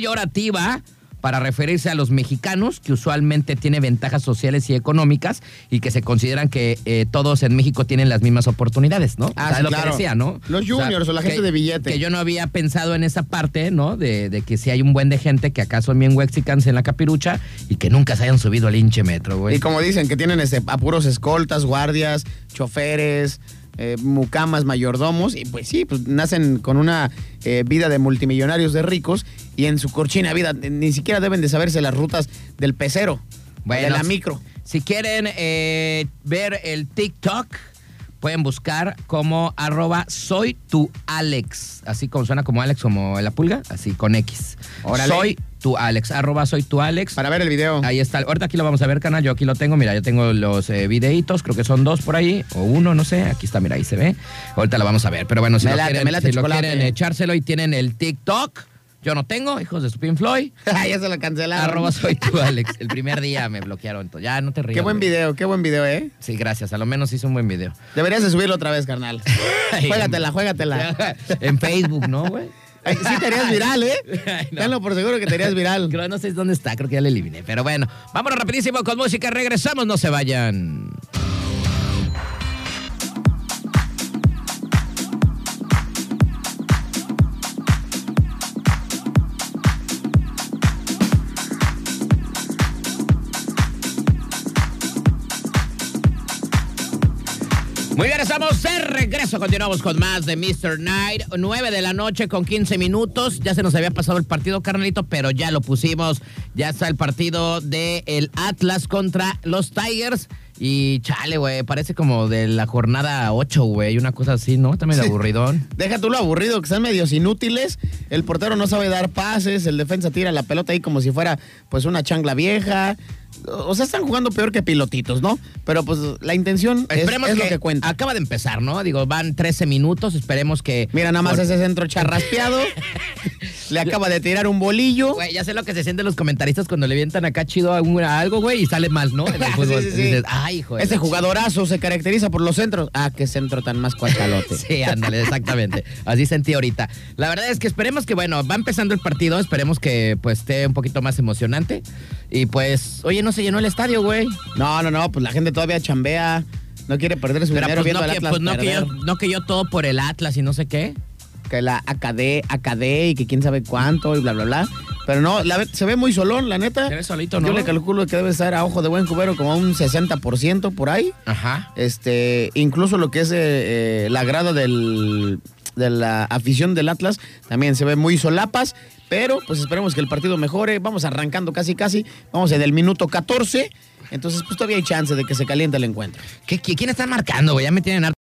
peyorativa para referirse a los mexicanos que usualmente tiene ventajas sociales y económicas y que se consideran que eh, todos en México tienen las mismas oportunidades, ¿no? Ah, O sea, sí, es lo claro. que decía, ¿no? Los juniors o la que- gente de billete. Que yo no había pensado en esa parte, ¿no? De, de que si hay un buen de gente que acaso bien wexicans en la capirucha y que nunca se hayan subido al hinche metro, güey. Y como dicen, que tienen este, a puros escoltas, guardias, choferes, eh, mucamas, mayordomos, y pues sí, pues nacen con una eh, vida de multimillonarios, de ricos, y en su corchina vida eh, ni siquiera deben de saberse las rutas del pecero, Bueno, de la si- micro. Si quieren eh, ver el TikTok, pueden buscar como arroba soy tu Alex. Así como suena como Alex, como la pulga, así con X. Órale. Soy tu Alex, arroba soy tu Alex. Para ver el video. Ahí está. Ahorita aquí lo vamos a ver, canal. Yo aquí lo tengo. Mira, yo tengo los eh, videitos. Creo que son dos por ahí. O uno, no sé. Aquí está, mira, ahí se ve. Ahorita lo vamos a ver. Pero bueno, si, Me lo, late, quieren, me late, si lo chocolate. quieren echárselo y tienen el TikTok. Yo no tengo, hijos de su Pink Floyd. Ah, ya se lo cancelaron. Arroba soy tu Alex. El primer día me bloquearon. entonces, Ya, no te rías. qué buen güey. video, qué buen video, ¿eh? Sí, gracias. A lo menos hizo un buen video. Deberías de subirlo otra vez, carnal. juégatela, juégatela. en Facebook, ¿no, güey? Ay, sí te harías viral, ¿eh? Ay, no. Tenlo por seguro que te harías viral. Creo, no sé dónde está, creo que ya lo eliminé. Pero bueno, vámonos rapidísimo con música. Regresamos, no se vayan. Muy bien, estamos de regreso. Continuamos con más de Mr. Night. 9 de la noche con 15 minutos. Ya se nos había pasado el partido, carnalito, pero ya lo pusimos. Ya está el partido de el Atlas contra los Tigers. Y chale, güey, parece como de la jornada 8, güey. Una cosa así, ¿no? Está medio Sí. aburridón. Deja tú lo aburrido, que están medios inútiles. El portero no sabe dar pases, el defensa tira la pelota ahí como si fuera pues una changla vieja. O sea, están jugando peor que pilotitos, ¿no? Pero pues la intención es, Esperemos es que, lo que cuenta. Acaba de empezar, ¿no? Digo, van 13 minutos. Esperemos que. Mira nada más por- ese centro charraspeado. le acaba de tirar un bolillo. Güey, ya sé lo que se sienten los comentaristas cuando le vientan acá chido a, un- a algo, güey, y sale mal, ¿no? En el Sí, fútbol. sí, sí. Y dices, ay, hijo de Ese la jugadorazo se caracteriza por los centros. Ah, qué centro tan más cuachalote. Sí, ándale, exactamente. Así sentí ahorita. La verdad es que esperemos que, bueno, va empezando el partido, esperemos que pues esté un poquito más emocionante Y pues, oye, no se llenó el estadio, güey. No, no, no, pues la gente todavía chambea. No quiere perder su Pero dinero pues, viendo no, al que, Atlas pues no, que yo, perder. no que yo todo por el Atlas y no sé qué. que la acadé, acadé y que quién sabe cuánto y bla, bla, bla. Pero no, la ve- se ve muy solón, la neta. Se ve solito, ¿no? Yo le calculo que debe estar a ojo de buen cubero como a un 60% por ahí. Ajá. Este, incluso lo que es eh, eh, la grada del, de la afición del Atlas también se ve muy solapas. Pero pues esperemos que el partido mejore. Vamos arrancando casi, casi. Vamos en el minuto 14. Entonces, pues todavía hay chance de que se caliente el encuentro. ¿Qué, qué- quién están marcando, güey? Ya me tienen harto.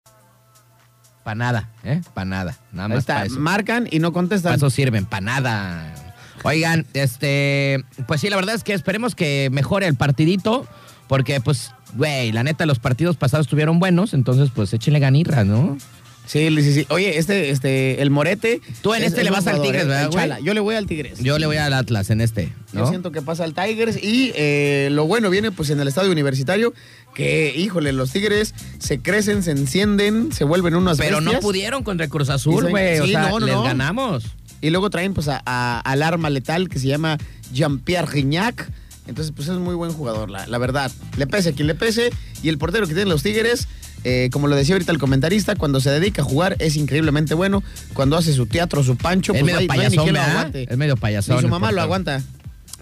Pa' nada, ¿eh? Pa' nada. Nada Ahí más está, pa' eso. marcan y no contestan. Pa' eso sirven, pa' nada. Oigan, este, pues sí, la verdad es que esperemos que mejore el partidito, porque pues, güey, la neta, los partidos pasados estuvieron buenos, entonces pues échenle ganirra, ¿no? Sí, sí, sí. Oye, este, este, el Morete. Tú en este le un vas al jugador, Tigres, ¿eh? ¿verdad, El güey? Chala. Yo le voy al Tigres. Yo le voy al Atlas en este, Yo ¿no? siento que pasa al Tigres y eh, lo bueno viene pues en el estadio universitario que, híjole, los Tigres se crecen, se encienden, se vuelven unas Pero no bestias. pudieron contra el Cruz Azul, Sí, güey. o sí, sea, no, no, les no. ganamos. Y luego traen pues a- a- al arma letal que se llama Jean-Pierre Gignac. Entonces pues es muy buen jugador, la, la verdad. Le pese a quien le pese y el portero que tienen los Tigres, eh, como lo decía ahorita el comentarista, cuando se dedica a jugar es increíblemente bueno. Cuando hace su teatro, su pancho, Es pues medio no hay- no hay ni payasón, quien lo ¿verdad? aguante. Es medio payasón. Ni su el mamá lo portero. aguanta.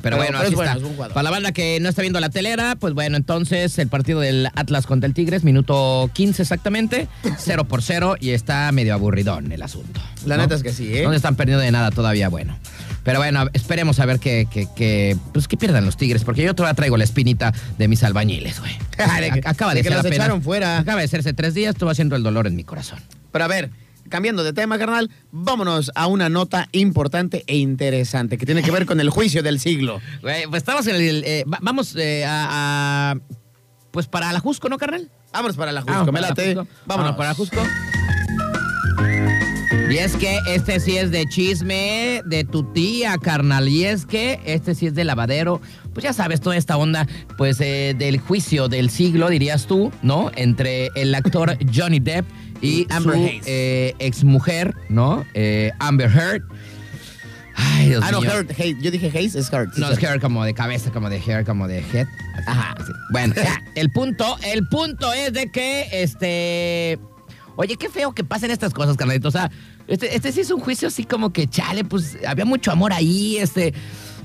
Pero, bueno, es así bueno, está. es un jugador. Para la banda que no está viendo la telera, pues bueno, entonces el partido del Atlas contra el Tigres, minuto 15 exactamente, 0 por 0 y está medio aburridón el asunto. La neta es que sí, ¿eh? No se están perdiendo de nada todavía, bueno. Pero bueno, esperemos a ver que, que, que- pues que pierdan los Tigres, porque yo todavía traigo la espinita de mis albañiles, güey. De que- Ac- Acaba de, de que ser los apenas- echaron fuera. Acaba de hacerse tres días, estuvo haciendo el dolor en mi corazón. Pero a ver, cambiando de tema, carnal, vámonos a una nota importante e interesante que tiene que ver con el juicio del siglo. Güey, pues estamos en el... eh, va- vamos eh, a, a- Pues para la Jusco, ¿no, carnal? Vámonos para la Vamos Jusco, me para late. Ajusco. Vámonos para Jusco. Y es que este sí es de chisme de tu tía, carnal. Y es que este sí es de lavadero. Pues ya sabes, toda esta onda, pues eh, del juicio del siglo, dirías tú, ¿no? Entre el actor Johnny Depp y Y Amber su Hayes. eh, exmujer, ¿no? Eh, Amber Heard. Ay, Dios Ah, no, mío. Heart, Hate. Yo dije Hayes, es Heart. No, es hair como de cabeza, como de hair, como de head. Ajá. sí. Bueno, ya, el punto, el punto es de que, este... Oye, qué feo que pasen estas cosas, carnalito. O sea, este, este sí es un juicio así como que, chale, pues había mucho amor ahí, este...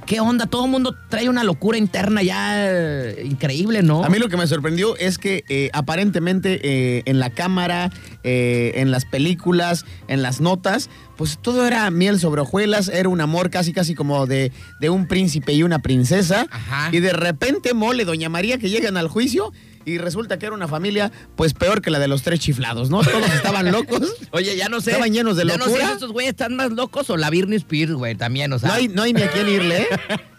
¿Qué onda? Todo el mundo trae una locura interna ya eh, increíble, ¿no? A mí lo que me sorprendió es que eh, aparentemente eh, en la cámara, eh, en las películas, en las notas, pues todo era miel sobre hojuelas, era un amor casi casi como de, de un príncipe y una princesa. Ajá. Y de repente mole Doña María que llegan al juicio y resulta que era una familia pues peor que la de los tres chiflados, ¿no? Todos estaban locos. Oye, ya no sé. Estaban llenos de ya no sé locura. si estos güeyes están más locos o la Britney Spears, güey, también, o sea. No hay, no hay ni a quién irle, ¿eh?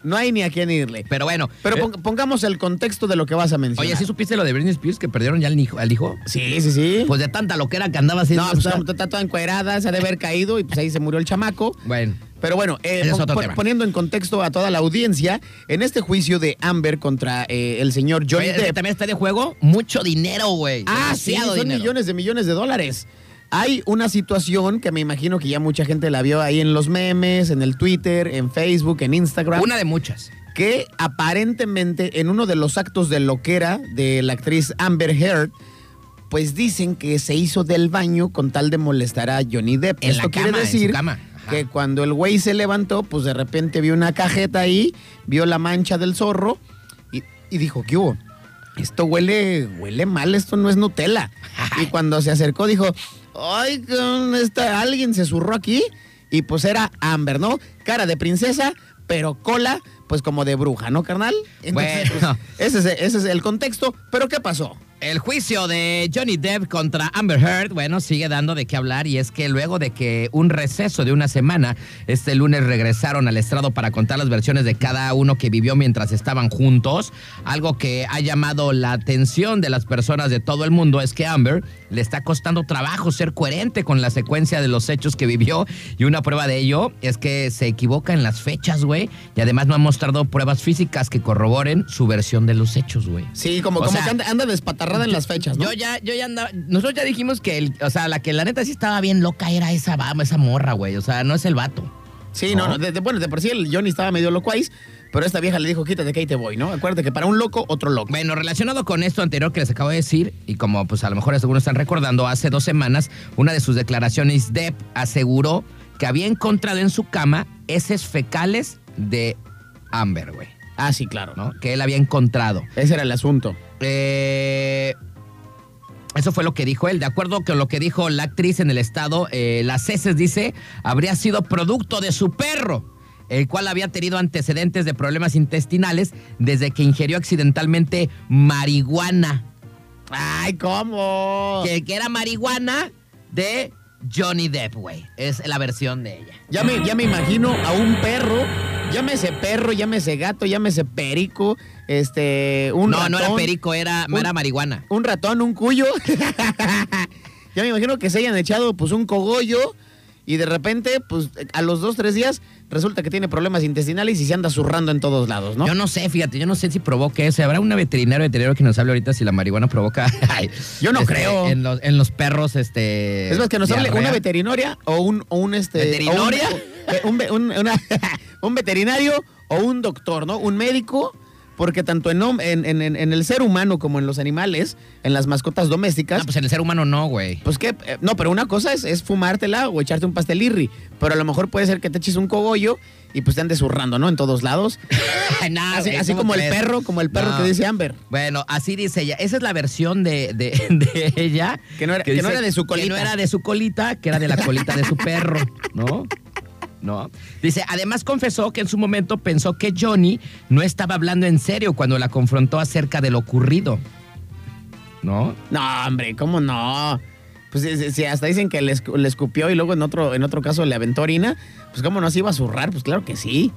No hay ni a quién irle. Pero bueno. Pero eh, pong- pongamos el contexto de lo que vas a mencionar. oye, ¿sí supiste lo de Britney Spears que perdieron ya al hijo? Al hijo? sí, sí, sí. Pues de tanta loquera que andaba haciendo. No, pues o sea, está, está toda encuerada, se ha de haber caído y pues ahí se murió el chamaco. Bueno. Pero bueno, eh, Ese es pon- otro pon- tema. poniendo en contexto a toda la audiencia, en este juicio de Amber contra eh, el señor Johnny Oye, es que Depp. también está de juego mucho dinero, güey. Ah, sí, Demasiado son dinero. millones de millones de dólares. Hay una situación que me imagino que ya mucha gente la vio ahí en los memes, en el Twitter, en Facebook, en Instagram. Una de muchas. que aparentemente en uno de los actos de loquera de la actriz Amber Heard, pues dicen que se hizo del baño con tal de molestar a Johnny Depp. En la Esto quiere cama, en su decir cama. Ajá. que cuando el güey se levantó, pues de repente vio una cajeta ahí, vio la mancha del zorro y, y dijo, ¿qué hubo? Esto huele, huele mal, esto no es Nutella. Y cuando se acercó dijo, ay, con esta- alguien se zurró aquí. Y pues era Amber, ¿no? Cara de princesa, pero cola, pues como de bruja, ¿no, carnal? Entonces, Bueno. pues, ese, es, ese es el contexto. Pero ¿qué pasó? El juicio de Johnny Depp contra Amber Heard, bueno, sigue dando de qué hablar y es que luego de que un receso de una semana, este lunes regresaron al estrado para contar las versiones de cada uno que vivió mientras estaban juntos, algo que ha llamado la atención de las personas de todo el mundo es que Amber le está costando trabajo ser coherente con la secuencia de los hechos que vivió y una prueba de ello es que se equivoca en las fechas, güey, y además no ha mostrado pruebas físicas que corroboren su versión de los hechos, güey. Sí, como, O como sea, que anda, anda despatarrada en las fechas, ¿no? Yo ya, yo ya andaba. Nosotros ya dijimos que el, o sea, la que la neta sí estaba bien loca era esa bama, esa morra, güey. O sea, no es el vato. Sí, no, ¿No? no, de- de- bueno, de por sí el Johnny estaba medio locuaz, Pero esta vieja le dijo, quítate que ahí te voy, ¿no? Acuérdate que para un loco, otro loco. Bueno, relacionado con esto anterior que les acabo de decir, y como pues a lo mejor algunos están recordando, hace dos semanas una de sus declaraciones, Depp aseguró que había encontrado en su cama heces fecales de Amber, güey, Ah, sí, claro. ¿no? Que él había encontrado. Ese era el asunto. Eh, eso fue lo que dijo él. De acuerdo con lo que dijo la actriz en el estado, eh, las heces, dice, habría sido producto de su perro, el cual había tenido antecedentes de problemas intestinales desde que ingirió accidentalmente marihuana. Ay, ¿cómo? Que, que era marihuana de Johnny Depp, güey. Es la versión de ella. Ya me, ya me imagino a un perro, llámese perro, llámese gato, llámese perico, este, un no, ratón. no era perico, era, un- era marihuana. Un ratón, un cuyo. ya me imagino que se hayan echado, pues, un cogollo y de repente, pues, a los dos, tres días, resulta que tiene problemas intestinales y se anda zurrando en todos lados, ¿no? Yo no sé, fíjate, yo no sé si provoca eso. ¿Habrá una veterinario veterinario que nos hable ahorita si la marihuana provoca? Ay, Yo no este, creo. En los, en los perros, este. Es más, que nos hable diarrea. una veterinaria o un, o un este. ¿Veterinoria? o un, o- un- un- una- un veterinario o un doctor, ¿no? Un médico. Porque tanto en, hom- en, en- en- en el ser humano como en los animales, en las mascotas domésticas, No, pues en el ser humano no, güey. pues que, eh, no, pero una cosa es, es fumártela o echarte un pastelirri, pero a lo mejor puede ser que te eches un cogollo y pues te andes zurrando, ¿no? En todos lados. Nada, Así, güey, así Ah, ¿cómo como el crees? perro, como el perro No. que dice Amber. Bueno, así dice ella. Esa es la versión de, de- de ella. Que no era- que no dice era de su Que no colita. era de su colita, que era de la colita de su perro, ¿no? No. Dice, además confesó que en su momento pensó que Johnny no estaba hablando en serio cuando la confrontó acerca de lo ocurrido. ¿No? No, hombre, ¿cómo no? Pues si, si hasta dicen que le, escu- le escupió y luego en otro, en otro caso le aventó orina, pues ¿cómo no se iba a zurrar? Pues claro que sí.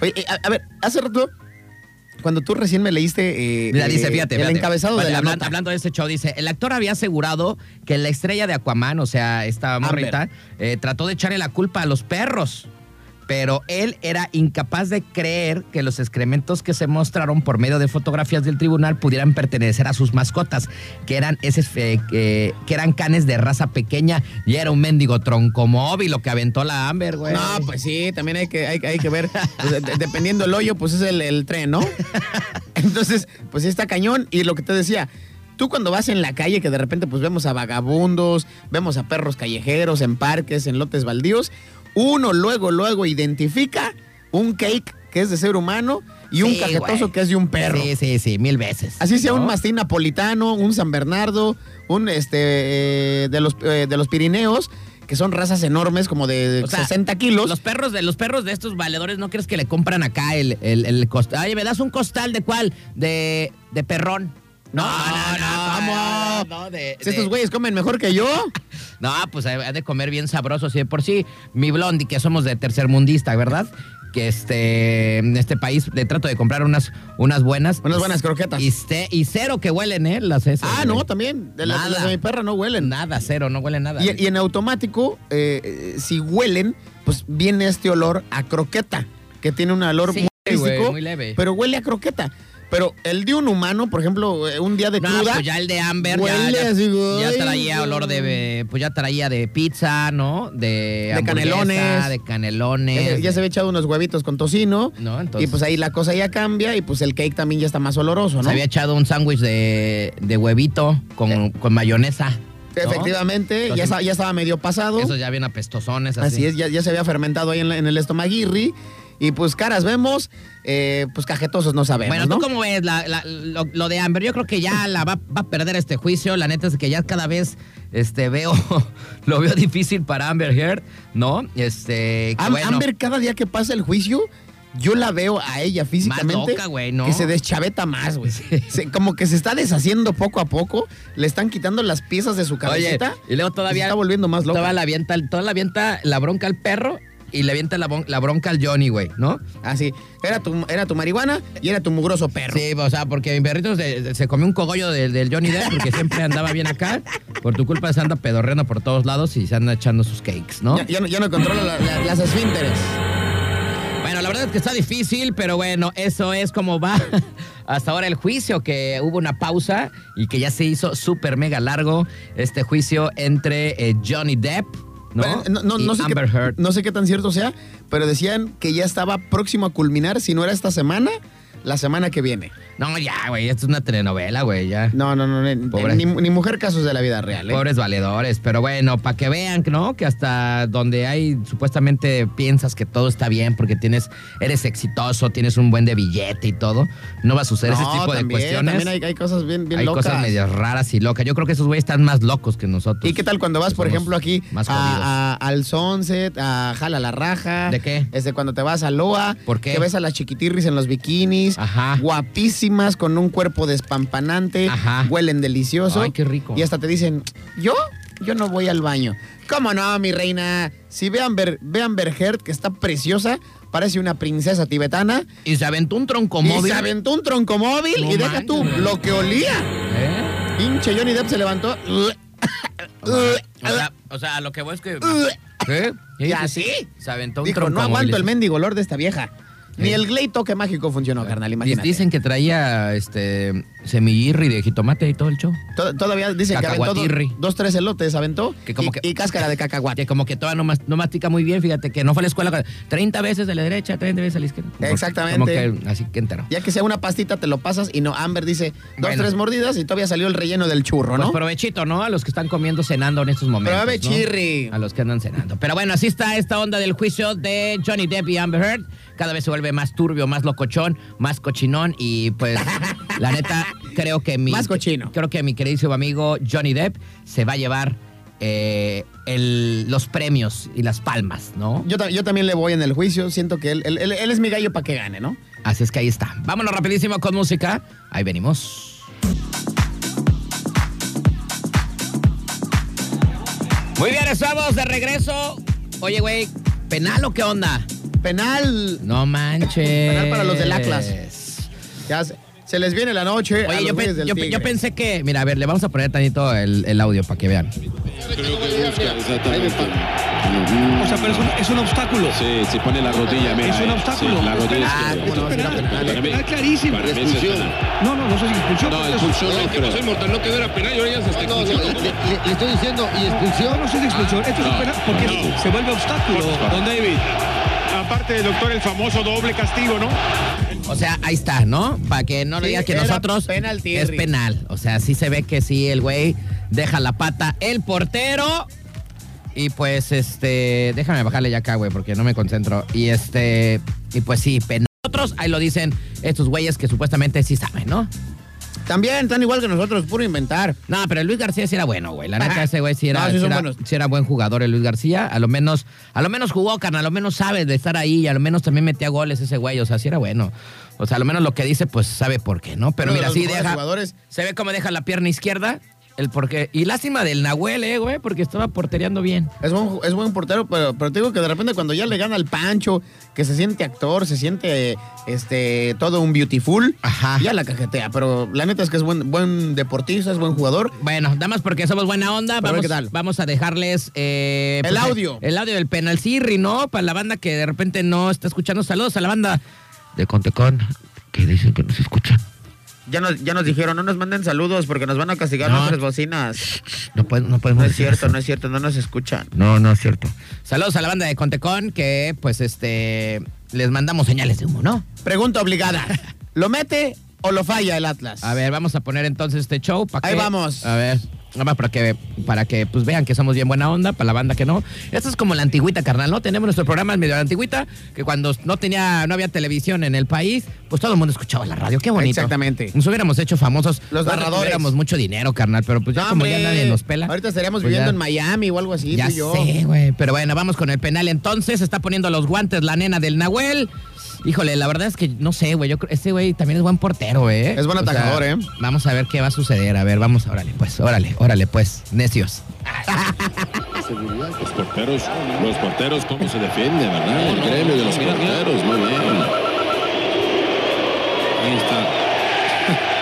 Oye, eh, a, a ver, hace rato, cuando tú recién me leíste eh, Mira, dice, eh, fíjate, el fíjate. encabezado Vale, de la hablan- nota. Hablando de este show, dice, el actor había asegurado que la estrella de Aquaman, o sea, esta Amber. morrita, eh, trató de echarle la culpa a los perros. Pero él era incapaz de creer que los excrementos que se mostraron por medio de fotografías del tribunal pudieran pertenecer a sus mascotas, que eran, esos, eh, eh, que eran canes de raza pequeña y era un mendigo troncomóvil lo que aventó la Amber, güey. No, pues sí, también hay que, hay, hay que ver. Pues, de- de- dependiendo el hoyo, pues es el, el tren, ¿no? Entonces, pues sí está cañón. Y lo que te decía, tú cuando vas en la calle, que de repente pues vemos a vagabundos, vemos a perros callejeros, en parques, en lotes baldíos, uno luego, luego identifica un cake que es de ser humano y un Sí, cajetoso güey. que es de un perro. Sí, sí, sí, mil veces. Así sea un ¿No? mastín napolitano, un San Bernardo, un este eh, de los eh, de los Pirineos, que son razas enormes como de O sea, 60 kilos. Los perros de los perros de estos valedores no crees que le compran acá el, el, el costal. Ay, ¿me das un costal de cuál? De, de perrón. No, no, no, no, de- Si estos de- güeyes comen mejor que yo. No, pues ha de comer bien sabroso. Si de por sí, mi blondie, que somos de tercermundista, ¿verdad? Que este, en este país le trato de comprar unas, unas buenas. Unas buenas croquetas. Y, ce- y cero que huelen, ¿eh? Las esas, ah, güey. no, también. De las, Nada. de las de mi perra no huelen. Nada, cero, no huele nada. Y, y en automático, eh, eh, si huelen, pues viene este olor a croqueta, que tiene un olor Sí, muy, güey, físico, muy leve. pero huele a croqueta. Pero el de un humano, por ejemplo, eh, un día de No, cruda, pues ya el de Amber ya- Huele ya, así, güey. Eh, ya traía olor de pues ya traía de pizza, ¿no? De, hamburguesa, canelones. de ya, canelones. se- ya se había echado unos huevitos con tocino, No, entonces- y pues ahí la cosa ya cambia, y pues el cake también ya está más oloroso, Se ¿no? había echado un sándwich de, de huevito con, con mayonesa. ¿no? Eh. Efectivamente, ya, Entonces- esta- ya estaba medio pasado. Esos ya bien apestosones así. Así es, ya, ya se había fermentado ahí en, la- en el estomaguirri. Y pues caras vemos, eh, pues cajetosos no sabemos, Bueno, ¿no? ¿tú cómo ves la- la- lo, lo de Amber? Yo creo que ya la va, va a perder este juicio. La neta es que ya cada vez este, veo, lo veo difícil para Amber Heard, ¿no? Este, que Am- bueno. Amber, cada día que pasa el juicio, yo la veo a ella físicamente. loca, güey, ¿no? Que se deschaveta más, güey. Se- Como que se está deshaciendo poco a poco. Le están quitando las piezas de su cabecita. Oye, y luego todavía se está volviendo más loca. Toda la avienta, toda la avienta la bronca al perro y le avienta la, bon- la bronca al Johnny, güey, ¿no? Así. Ah, Era tu, era tu marihuana y era tu mugroso perro. Sí, o sea, porque mi perrito se, se comió un cogollo del, del Johnny Depp porque siempre andaba bien acá. Por tu culpa se anda pedorreando por todos lados y se anda echando sus cakes, ¿no? Ya, ya no, ya no controla la- la- las esfínteres. Bueno, la verdad es que está difícil, pero bueno, eso es como va hasta ahora el juicio, que hubo una pausa y que ya se hizo súper mega largo este juicio entre eh, Johnny Depp ¿no? Pero, No, no- Y no sé Amber qué, Mm. Heard. no sé qué tan cierto sea, pero decían que ya estaba próximo a culminar, si no era esta semana, la semana que viene. No, ya, güey, esto es una telenovela, güey, ya. No, no, no, ni- Pobre. ni, ni mujer casos de la vida real. ¿eh? Pobres valedores, pero bueno, para que vean, ¿no? Que hasta donde hay, supuestamente piensas que todo está bien porque tienes, eres exitoso, tienes un buen de billete y todo, no va a suceder No, ese tipo también, de cuestiones. También hay, hay cosas bien, bien Hay locas. cosas medias raras y locas. Yo creo que esos güeyes están más locos que nosotros. ¿Y qué tal cuando vas, por Pues Somos ejemplo, aquí Más jodidos. a, a- al Sunset, a Jala la Raja? ¿De qué? Este, cuando te vas a Loa. ¿Por qué? Que ves a las chiquitirris en los bikinis. Ajá. Guapísimas, con un cuerpo despampanante. Ajá. Huelen delicioso. Ay, qué rico. Y hasta te dicen, ¿yo? Yo no voy al baño. ¿Cómo no, mi reina? Si vean ver, vean Bergert, que está preciosa, parece una princesa tibetana. Y se aventó un Y troncomóvil. se aventó un troncomóvil No y deja manches. tú lo que olía. ¿Eh? Pinche Johnny Depp se levantó. Uh, O sea, o sea, lo que voy es que... ¿Qué? ¿Y así? Se aventó un ¿Eh? Dijo, no troncomóvil". aguanto el mendigo olor de esta vieja. Ni Sí. el Gley toque mágico funcionó, carnal, Di- imagínate. ¿Eh? Dicen que traía este semillirri de jitomate y todo el show. To- todavía dicen que aventó do- Cacahuatirri. dos, tres elotes, aventó Que como y, que- y cáscara de cacahuate. Que como que todavía no, mas- no mastica muy bien, fíjate, que no fue a la escuela con- 30 veces a la derecha, 30 veces a la izquierda. Como- Exactamente. Como que así que entero. Ya que sea una pastita, te lo pasas y no, Amber dice dos, Bueno. tres mordidas y todavía salió el relleno del churro, Pues ¿no? provechito, ¿no? A los que están comiendo, cenando en estos momentos. ¿no? Provechirri. A los que andan cenando. Pero bueno, así está esta onda del juicio de Johnny Depp y Amber Heard. Cada vez se vuelve más turbio, más locochón, más cochinón. Y pues, la neta, creo que mi. Más cochino. Creo que mi queridísimo amigo Johnny Depp se va a llevar eh, el- los premios y las palmas, ¿no? Yo, ta- yo también le voy en el juicio, siento que él, él- él- él es mi gallo para que gane, ¿no? Así es que ahí está. Vámonos rapidísimo con música. Ahí venimos. Muy bien, estamos de regreso. Oye, güey, ¿penal o qué onda? Penal, No manches. Penal para los del Atlas. ya se, se les viene la noche. a Oye, los yo, güeyes pen- del yo pe- yo Tigre. pensé que. Mira, a ver, le vamos a poner tantito el, el audio para que vean. Creo que busca, exactamente. O sea, pero es un, es un obstáculo. Sí, se pone la rodilla, mira. Es un eh. obstáculo. Sí, la rodilla Ah, izquierda. cómo no, es si era penal, penal, es eh. penal clarísimo. Para mí es Expulsión. penal. No, no, no sé si expulsión. No, pero es- expulsión No, no, que creo. pasó inmortal, no quedara penal y ahora ya se está No, no, le, le- le estoy diciendo y No, expulsión. no sé si expulsión. Esto es no, penal porque no. se vuelve obstáculo, don David. Aparte, doctor, el famoso doble castigo, ¿no? O sea, ahí está, ¿no? Para que no le Sí, digas que era nosotros penal, Tirri. es penal. O sea, sí se ve que sí, el güey deja la pata el portero. Y pues, este, déjame bajarle ya acá, güey, porque no me concentro. Y este, y pues sí, penal. Nosotros, ahí lo dicen estos güeyes que supuestamente sí saben, ¿no? También están igual que nosotros, puro inventar. No, pero el Luis García sí era bueno, güey. La neta, Ajá. ese güey sí era, Ah. No, sí sí son era- buenos. sí era buen jugador, el Luis García. A lo menos, a lo menos jugó, carnal, a lo menos sabe de estar ahí, y a lo menos también metía goles ese güey. O sea, sí era bueno. O sea, a lo menos lo que dice, pues sabe por qué, ¿no? Pero Uno de mira, los sí mejores deja. jugadores. Se ve cómo deja la pierna izquierda, el porqué. Y lástima del Nahuel, eh, güey, porque estaba portereando bien. Es buen, es buen portero, pero, pero te digo que de repente cuando ya le gana al Pancho, que se siente actor, se siente este todo un beautiful, Ajá. ya la cajetea. Pero la neta es que es buen, buen deportista, es buen jugador. Bueno, nada más porque somos buena onda, Pero a ver vamos, qué tal. vamos a dejarles eh, El audio. El audio del penal Sirri, ¿no? Para la banda que de repente no está escuchando. Saludos a la banda de Contecon, que dicen que nos escuchan. Ya nos, ya nos dijeron, no nos manden saludos porque nos van a castigar No. nuestras bocinas. No, podemos- no podemos No es decir cierto, eso. no es cierto, no nos escuchan. No, no es cierto. Saludos a la banda de Contecon, que pues este les mandamos señales de humo, ¿no? Pregunta obligada. ¿Lo mete o lo falla el Atlas? A ver, vamos a poner entonces este show. para Ahí vamos. A ver, nada más para que, para que pues vean que somos bien buena onda, para la banda que no. Esto es como la antigüita, carnal, ¿no? Tenemos nuestro programa en medio de la antigüita, que cuando no tenía, no había televisión en el país, pues todo el mundo escuchaba la radio. Qué bonito. Exactamente. Nos hubiéramos hecho famosos. Los No narradores. Tuviéramos mucho dinero, carnal, pero pues ya No, como ya hombre. nadie nos pela. Ahorita estaríamos pues viviendo ya- en Miami o algo así, ya tú y yo. sé, güey. Pero bueno, vamos con el penal entonces. Está poniendo los guantes la nena del Nahuel. Híjole, la verdad es que no sé, güey. Yo creo este güey también es buen portero, güey. Es buen atajador, ¿eh? Vamos a ver qué va a suceder. A ver, vamos, órale, pues, órale, órale, pues, necios. Los porteros, los porteros, cómo se defienden, ¿verdad? El gremio de los porteros, muy bien. Ahí está.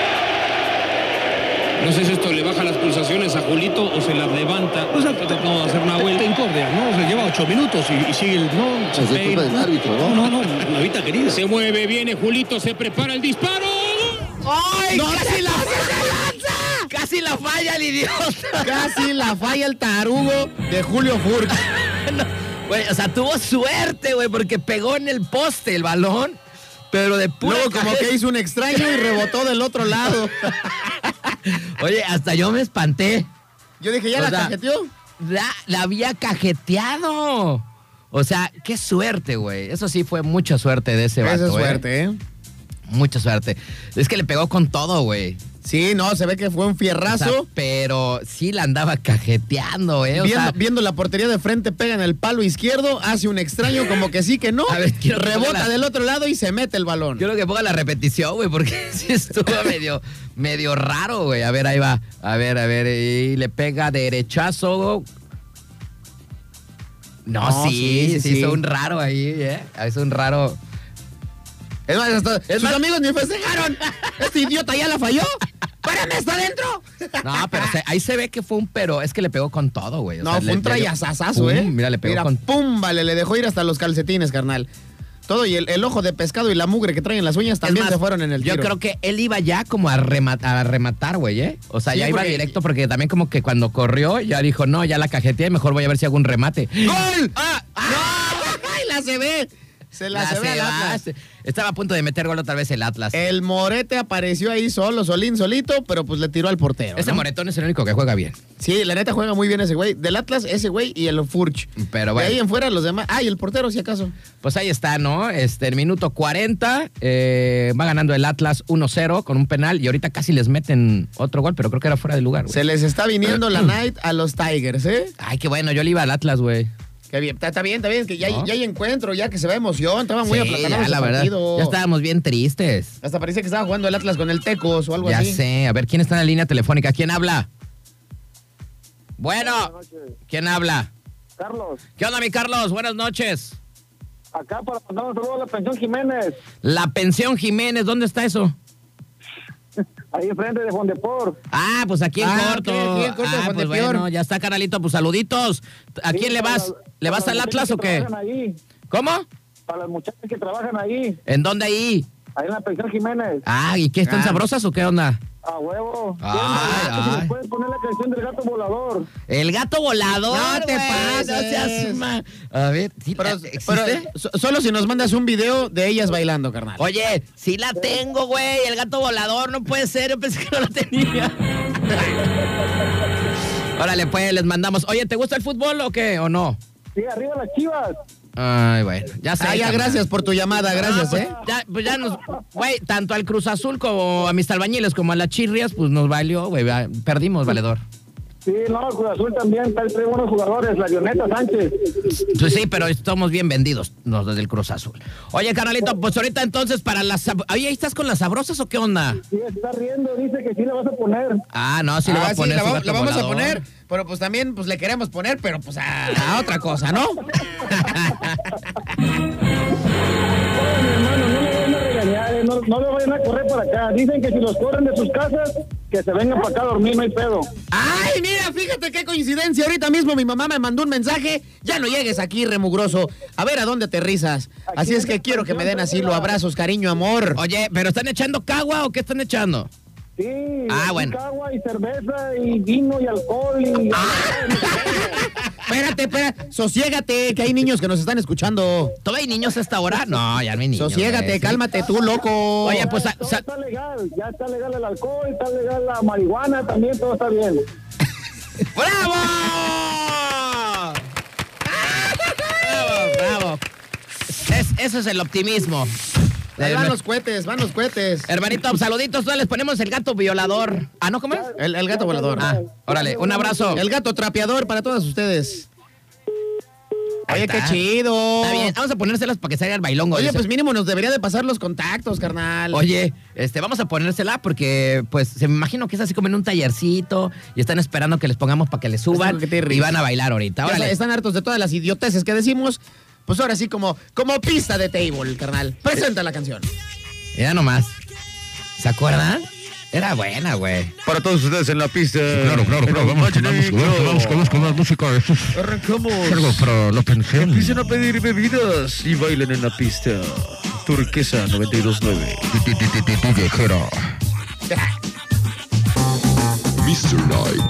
No sé si esto le baja las pulsaciones a Julito o se las levanta. O sea, no va a hacer una te- Te vuelta. incordia, ¿no? Se lleva ocho minutos y, y sigue el. No, se Es ve- culpa del árbitro, ¿no? No, no, no, Navita querida. Se mueve, viene Julito, se prepara el disparo. ¡Ay! ¡Casi la ¡Casi la falla el idiota! Casi la falla el tarugo de Julio Furch. no, güey, o sea, tuvo suerte, güey, porque pegó en el poste el balón, pero de pura Luego como cabeza. que hizo un extraño y rebotó del otro lado. Oye, hasta yo me espanté. Yo dije, ¿ya O la sea, cajeteó? La, la había cajeteado. O sea, qué suerte, güey. Eso sí fue mucha suerte de ese Esa vato. es ¿eh? suerte, ¿eh? Mucha suerte. Es que le pegó con todo, güey. Sí, no, se ve que fue un O sea, fierrazo. pero sí la andaba cajeteando, ¿eh? O viendo, sea, viendo la portería de frente, pega en el palo izquierdo, hace un extraño como que sí, que no. A ver, quiero que rebota ponga la- del otro lado y se mete el balón. quiero que ponga la repetición, güey, porque sí estuvo medio, medio raro, güey. A ver, ahí va. A ver, a ver. Y le pega derechazo. No, No, sí, sí, sí, sí. hizo un raro ahí, ¿eh? Hizo un raro. Es más, hasta sus más- amigos ni festejaron. Este idiota ya la falló. ¡Párame, está adentro! No, pero se- ahí se ve que fue un pero. Es que le pegó con todo, güey. O No, sea, fue le- un le dio- trayazazazo, Pum, ¿eh? Mira, le pegó Mira, con. pum, vale, le dejó ir hasta los calcetines, carnal. Todo y el, el ojo de pescado y la mugre que traen en las uñas Es también más, se fueron en el Yo tiro. creo que él iba ya como a rematar, a rematar, güey, ¿eh? O sea, Sí, ya iba porque- directo porque también como que cuando corrió ya dijo, no, ya la cajeteé, mejor voy a ver si hago un remate. ¡Gol! ¡Ah! ¡No! ¡Ay, la se ve! Se la, La se, ve se al va. Atlas. Eh, Estaba a punto de meter gol otra vez el Atlas. El Morete apareció ahí solo, solín, solito, pero pues le tiró al portero. Ese ¿no? moretón es el único que juega bien. Sí, la neta juega muy bien ese güey. Del Atlas, ese güey y el Furch. Pero Ah, bueno. De ahí en fuera los demás. Ah, y el portero, si acaso. Pues ahí está, ¿no? Este, el minuto 40 eh, va ganando el Atlas 1-0 con un penal y ahorita casi les meten otro gol, pero creo que era fuera de lugar, güey. Se les está viniendo la night a los Tigers, ¿eh? Ay, qué bueno, yo le iba al Atlas, güey. Qué bien. Está, está bien, está bien, que ya, hay- ¿No? ya hay encuentro, ya que se va emoción. Estaba Ah, muy Sí, aplatanado ya, ese la verdad. partido. Ya estábamos bien tristes. Hasta parecía que estaba jugando el Atlas con el Tecos o algo Ya así. sé. A ver, ¿quién está en la línea telefónica? ¿Quién habla? Bueno, ¿quién habla? Carlos, ¿Qué onda, mi Carlos? Buenas noches. acá para mandar un saludo a la pensión Jiménez, La pensión Jiménez, ¿dónde está eso? ahí enfrente de Fondepor. Ah, pues aquí en Ah, corto. ok, aquí en corto, ah, Juan de pues Peor. bueno, ya está, carnalito. Pues saluditos. ¿A quién le vas? ¿Le vas al Atlas o qué? ¿Cómo? Para las muchachas que trabajan ahí, ¿En dónde ahí? ahí en la pensión Jiménez, Ah, ¿y qué? ¿Están Ah. sabrosas o qué onda? a huevo. Ay, ay. Puedes poner la canción del gato volador. El gato volador. No te güey, pases. no seas ma- A ver, ¿sí, Pero, eh, pero ¿existe? so- solo si nos mandas un video de ellas bailando, carnal. Oye, sí la tengo, güey. El gato volador, no puede ser. Yo pensé que no la tenía. Órale, pues, les mandamos. Oye, ¿te gusta el fútbol o qué? ¿O no? Sí, arriba las chivas. Ay, bueno, ya sé. Ah, ya, carnal. gracias por tu llamada, gracias, Ah, ¿eh? pues, Ya, pues ya nos, güey, tanto al Cruz Azul como a mis albañiles como a las chirrias, pues nos valió, güey, ya perdimos, valedor. Sí, no, Cruz Azul también, trae tres buenos jugadores, la Lioneta Sánchez. Pues sí, pero estamos bien vendidos los desde el Cruz Azul. Oye, carnalito, pues ahorita entonces para las... sab- Oye, ¿ahí estás con las sabrosas o qué onda? Sí, está riendo, dice que sí la vas a poner. Ah, no, sí le Ah, voy a poner la, su va- gato la vamos a volador. poner, pero pues también pues le queremos poner, pero pues a, Ah, a otra cosa, ¿no? Ay, mi hermano, no le vayan a regañar, eh, no, no le vayan a correr para acá. Dicen que si los corren de sus casas, que se vengan para acá a dormir, no hay pedo. Ay, mira, fíjate qué coincidencia. Ahorita mismo mi mamá me mandó un mensaje. Ya no llegues aquí, remugroso. A ver a dónde te risas. Así es que quiero que me den asilo, abrazos, cariño, amor. Oye, ¿pero están echando cagua o qué están echando? Sí, Ah, aquí bueno. Agua y cerveza y vino y alcohol y... Ah, Espérate, espérate. Sosiégate, que hay niños que nos están escuchando. ¿Todavía hay niños a esta hora? No, ya no hay niños. Sosiégate, güey, sí. cálmate tú, loco. Oye, pues, Ya, sa- todo sa- está legal, ya está legal el alcohol, está legal la marihuana, también todo está bien. ¡Bravo! ¡Bravo, bravo! Es- eso es el optimismo. Ahí van los cohetes, van los cohetes. Hermanito, saluditos, no les ponemos el gato violador. ¿Ah, no, cómo es? El, el gato volador. Ah, órale, un abrazo. El gato trapeador para todas ustedes. Ahí Oye, qué está. chido. Está bien, vamos a ponérselas para que salga el bailongo. Oye, dice. pues mínimo nos debería de pasar los contactos, carnal. Oye, este, vamos a ponérsela porque, pues, se me imagino que es así como en un tallercito y están esperando que les pongamos para que les suban Está que te ríes. y van a bailar ahorita. Ya Órale. sa- están hartos de todas las idioteces que decimos. Pues ahora sí, como, como pista de table, carnal. Presenta la canción. Mira nomás. ¿Se acuerdan? Era buena, güey. Para todos ustedes en la pista. Claro, claro, claro. Vamos con más música. Vamos con, más música. Arrancamos. para la pensión. Empiecen a pedir bebidas y bailen en la pista. Turquesa 929. Viajera. Mr. Night.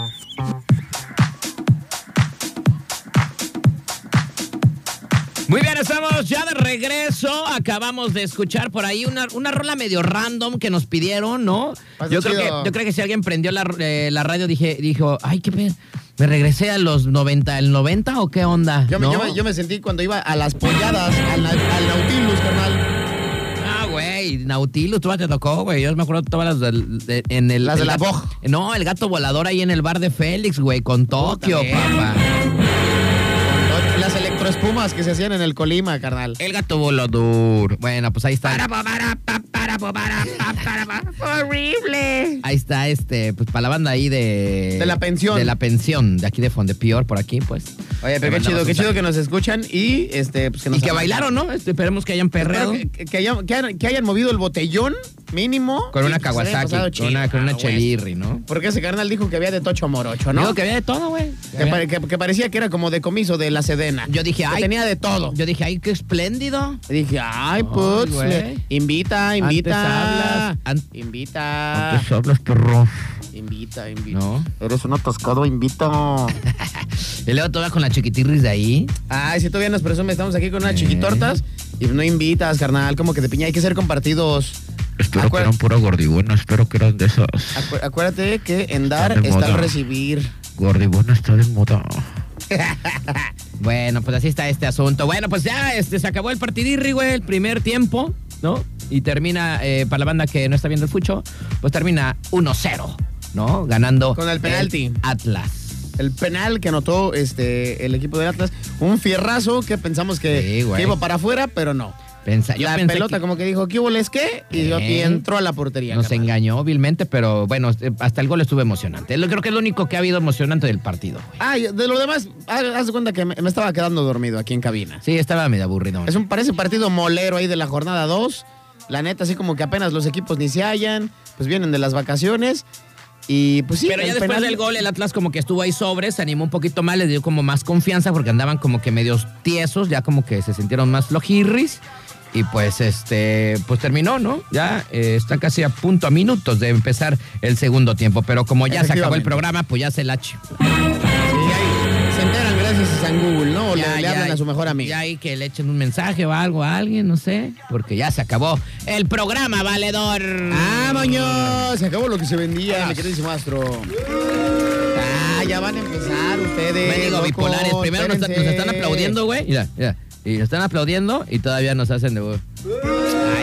estamos ya de regreso. Acabamos de escuchar por ahí una, una rola medio random que nos pidieron, ¿no? Pasa Yo creo, chido. que, yo creo que si alguien prendió la, eh, la radio, dije, dijo, ay, qué pe- ¿Me regresé a los 90, el 90 o qué onda? Yo me, ¿No? yo me- yo me sentí cuando iba a las polladas, al, na- al Nautilus, carnal. Ah, güey, Nautilus, tú te tocó, güey. Yo me acuerdo todas las del- de- en el. Las de el la gato- Vogue. No, el gato volador ahí en el bar de Félix, güey, con Tokio, papá. Las electroespumas que se hacían en el Colima, carnal. El gato volador. Bueno, pues ahí está. Horrible. Ahí está, este, pues para la banda ahí de. De la pensión. De la pensión, de aquí de Fondepior, por aquí, pues. Oye, pero Le qué chido, mandamos qué un chido saludo. que nos escuchan y este, pues que nos Y que hablan. bailaron, ¿no? Este, esperemos que hayan Espero perreado. Que, que hayan, que hayan- que hayan movido el botellón mínimo. Con y una pues se hayan Kawasaki, pasado con chido. una, con una Ah, güey. Chelirri, ¿no? Porque ese carnal dijo que había de tocho a morocho, No, ¿no? que había de todo, güey. Que, pare- que- que parecía que era como de comiso de la sedena. Yo dije, Que ay. Tenía de todo. Yo dije, ay, qué espléndido. Y dije, ay, putz, güey. le- invita, invita. hablas, an- invita, hablas, perro? invita, invita. No. Eres un atascado, invita. Y luego toda con la chiquitirris de ahí. Ay, si todavía nos presume, estamos aquí Eh. con unas chiquitortas y no invitas, carnal. Como que de piña hay que ser compartidos. Espero Acuer- que eran pura gordibuena, espero que eran de esas. Acu- acuérdate que en dar Están de está el moda. recibir. Gordibuena está de moda. Bueno, pues así está este asunto. Bueno, pues ya este, se acabó el partidirri, güey, el primer tiempo, ¿no? Y termina, eh, para la banda que no está viendo el fucho, pues termina 1-0, ¿no? Ganando. Con el penalti. Atlas. El penal que anotó este, el equipo del Atlas. Un fierrazo que pensamos que, Sí, güey. que iba para afuera, pero no. Pensa- yo la pensé pelota que como que dijo, ¿qué hubo, les qué? Y, yo- y Eh. entró a la portería. nos carnal. engañó vilmente, pero bueno, eh, hasta el gol estuvo emocionante. Lo- Creo que es lo único que ha habido emocionante del partido, güey. Ay, de lo demás, ha- haz de cuenta que me, me estaba quedando dormido aquí en cabina. Sí, estaba medio aburrido. Es un, parece partido molero ahí de la jornada 2. La neta, así como que apenas los equipos ni se hallan, pues vienen de las vacaciones. Y pues sí, Pero ya el después penal- del gol, el Atlas como que estuvo ahí sobre, se animó un poquito más, les dio como más confianza porque andaban como que medios tiesos, ya como que se sintieron más flojirris. Y pues este, pues terminó, ¿no? Ya eh, está casi a punto, a minutos de empezar el segundo tiempo. Pero como ya se acabó el Efectivamente. programa, pues ya se la ch- Sí, ahí se enteran gracias a San Google, ¿no? O le, ya, le ya, hablan a su mejor amigo. Ya ahí que le echen un mensaje o algo a alguien, no sé. Porque ya se acabó el programa, valedor. ¡Vámonos! Ah, Se acabó lo que se vendía, mi queridísimo astro. Ah, ya van a empezar ustedes. Mendigo locos, bipolares. Primero nos, espérense. nos están aplaudiendo, güey. Mira, mira. Y nos están aplaudiendo y todavía nos hacen de. Ah,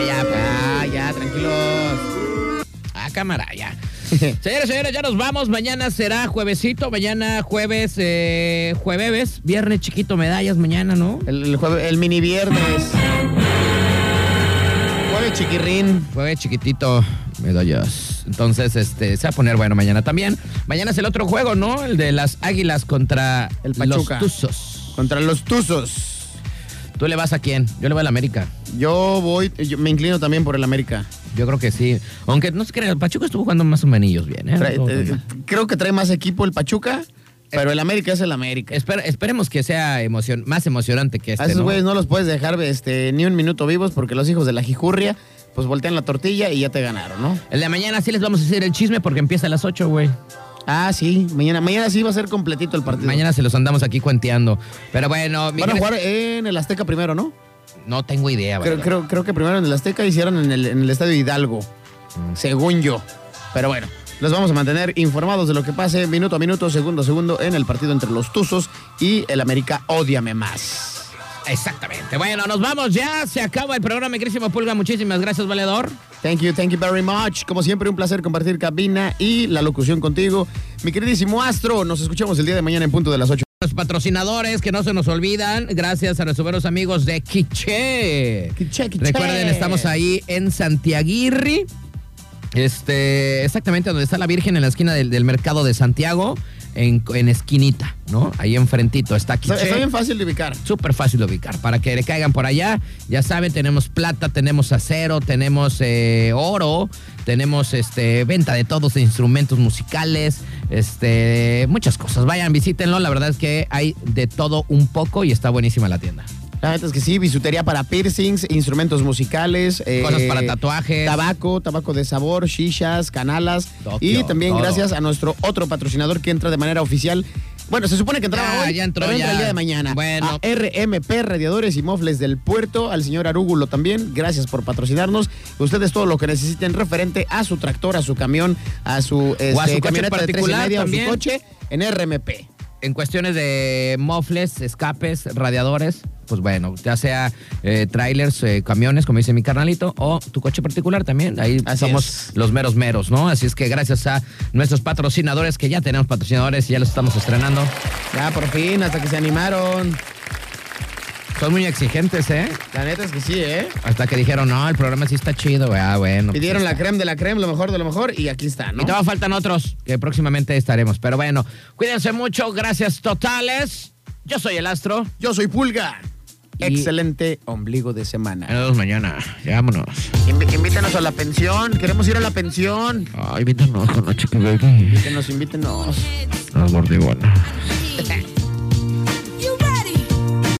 ya, Ah, pues. ya, tranquilos. Ah, cámara, ya. Señores, señores, ya nos vamos. Mañana será juevesito. Mañana jueves, eh, jueves, viernes chiquito, medallas mañana, ¿no? El, el jueves- el mini viernes. Jueves chiquirrín. Jueves chiquitito, medallas. Entonces, este, se va a poner bueno mañana también. Mañana es el otro juego, ¿no? El de las águilas contra El Pachuca. los Tuzos. Contra los Tuzos. ¿Tú le vas a quién? Yo le voy a la América. Yo voy, yo me inclino también por el América. Yo creo que sí. Aunque no se crea, el Pachuca estuvo jugando más o menos bien, ¿eh? Trae- No estuvo tan eh, mal. creo que trae más equipo el Pachuca, pero el América es el América. Espera- esperemos que sea emocion- más emocionante que este. a Ah, esos ¿no? güeyes ¿no? los puedes dejar este, ni un minuto vivos porque los hijos de la jijurria pues voltean la tortilla y ya te ganaron, ¿no? El de mañana sí les vamos a decir el chisme porque empieza a las 8, güey. Ah, sí, mañana, mañana sí va a ser completito el partido. Mañana se los andamos aquí cuenteando. Pero bueno, mi Van a querido- jugar en el Azteca primero, ¿no? no tengo idea, güey. Creo, creo, creo que primero en el Azteca hicieron en el, en el Estadio Hidalgo, Mm. según yo. Pero bueno, los vamos a mantener informados de lo que pase minuto a minuto, segundo a segundo en el partido entre los Tuzos y el América Ódiame Más. Exactamente. Bueno, nos vamos ya. Se acaba el programa, mi querísimo Pulga. Muchísimas gracias, Valedor. Thank you, thank you very much. Como siempre, un placer compartir cabina y la locución contigo. Mi queridísimo Astro, nos escuchamos el día de mañana en punto de las 8. Los patrocinadores que no se nos olvidan. Gracias a nuestros buenos amigos de Quiche. Quiche, Quiche. Recuerden, estamos ahí en Santiaguirri. Este, exactamente donde está la Virgen en la esquina del, del mercado de Santiago, en, en esquinita, ¿no? Ahí enfrentito está Está, está Quiche. bien fácil de ubicar. Súper fácil de ubicar. Para que le caigan por allá, ya saben, tenemos plata, tenemos acero, tenemos eh, oro, tenemos este, venta de todos instrumentos musicales, este, muchas cosas. Vayan, visítenlo. La verdad es que hay de todo un poco y está buenísima la tienda. La neta es que sí, bisutería para piercings, instrumentos musicales, eh, Cosas para tatuajes. tabaco, tabaco de sabor, shishas, canalas. Tokio, y también todo. gracias a nuestro otro patrocinador que entra de manera oficial Bueno, se supone que entraba Ah, Ya, hoy, ya entró, pero entra ya. el día de mañana. Bueno. A RMP, Radiadores y Mofles del Puerto, al señor Arúgulo también, gracias por patrocinarnos. Ustedes todo lo que necesiten referente a su tractor, a su camión, a su, a este, su coche camioneta de tres y particular media, o su también. coche, en RMP. en cuestiones de mofles, escapes, radiadores, pues bueno, ya sea eh, trailers, eh, camiones, como dice mi carnalito, o tu coche particular también. Ahí Así somos es. los meros meros, ¿no? Así es que gracias a nuestros patrocinadores, que ya tenemos patrocinadores y ya los estamos estrenando. Ya, por fin, hasta que se animaron. Son muy exigentes, ¿eh? La neta es que sí, ¿eh? Hasta que dijeron, no, el programa sí está chido, güey. Ah, bueno. pues Pidieron está. la creme de la creme, lo mejor de lo mejor, y aquí está, ¿no? Y todavía faltan otros que próximamente estaremos. Pero bueno, cuídense mucho. Gracias totales. Yo soy el astro. Yo soy Pulga. Y- Excelente ombligo de semana. Nos vemos mañana. Ya vámonos. Invi- invítenos a la pensión, queremos ir a la pensión. Ay, invítanos con la chica baby. Invítenos, invítenos. Las gordibuenas.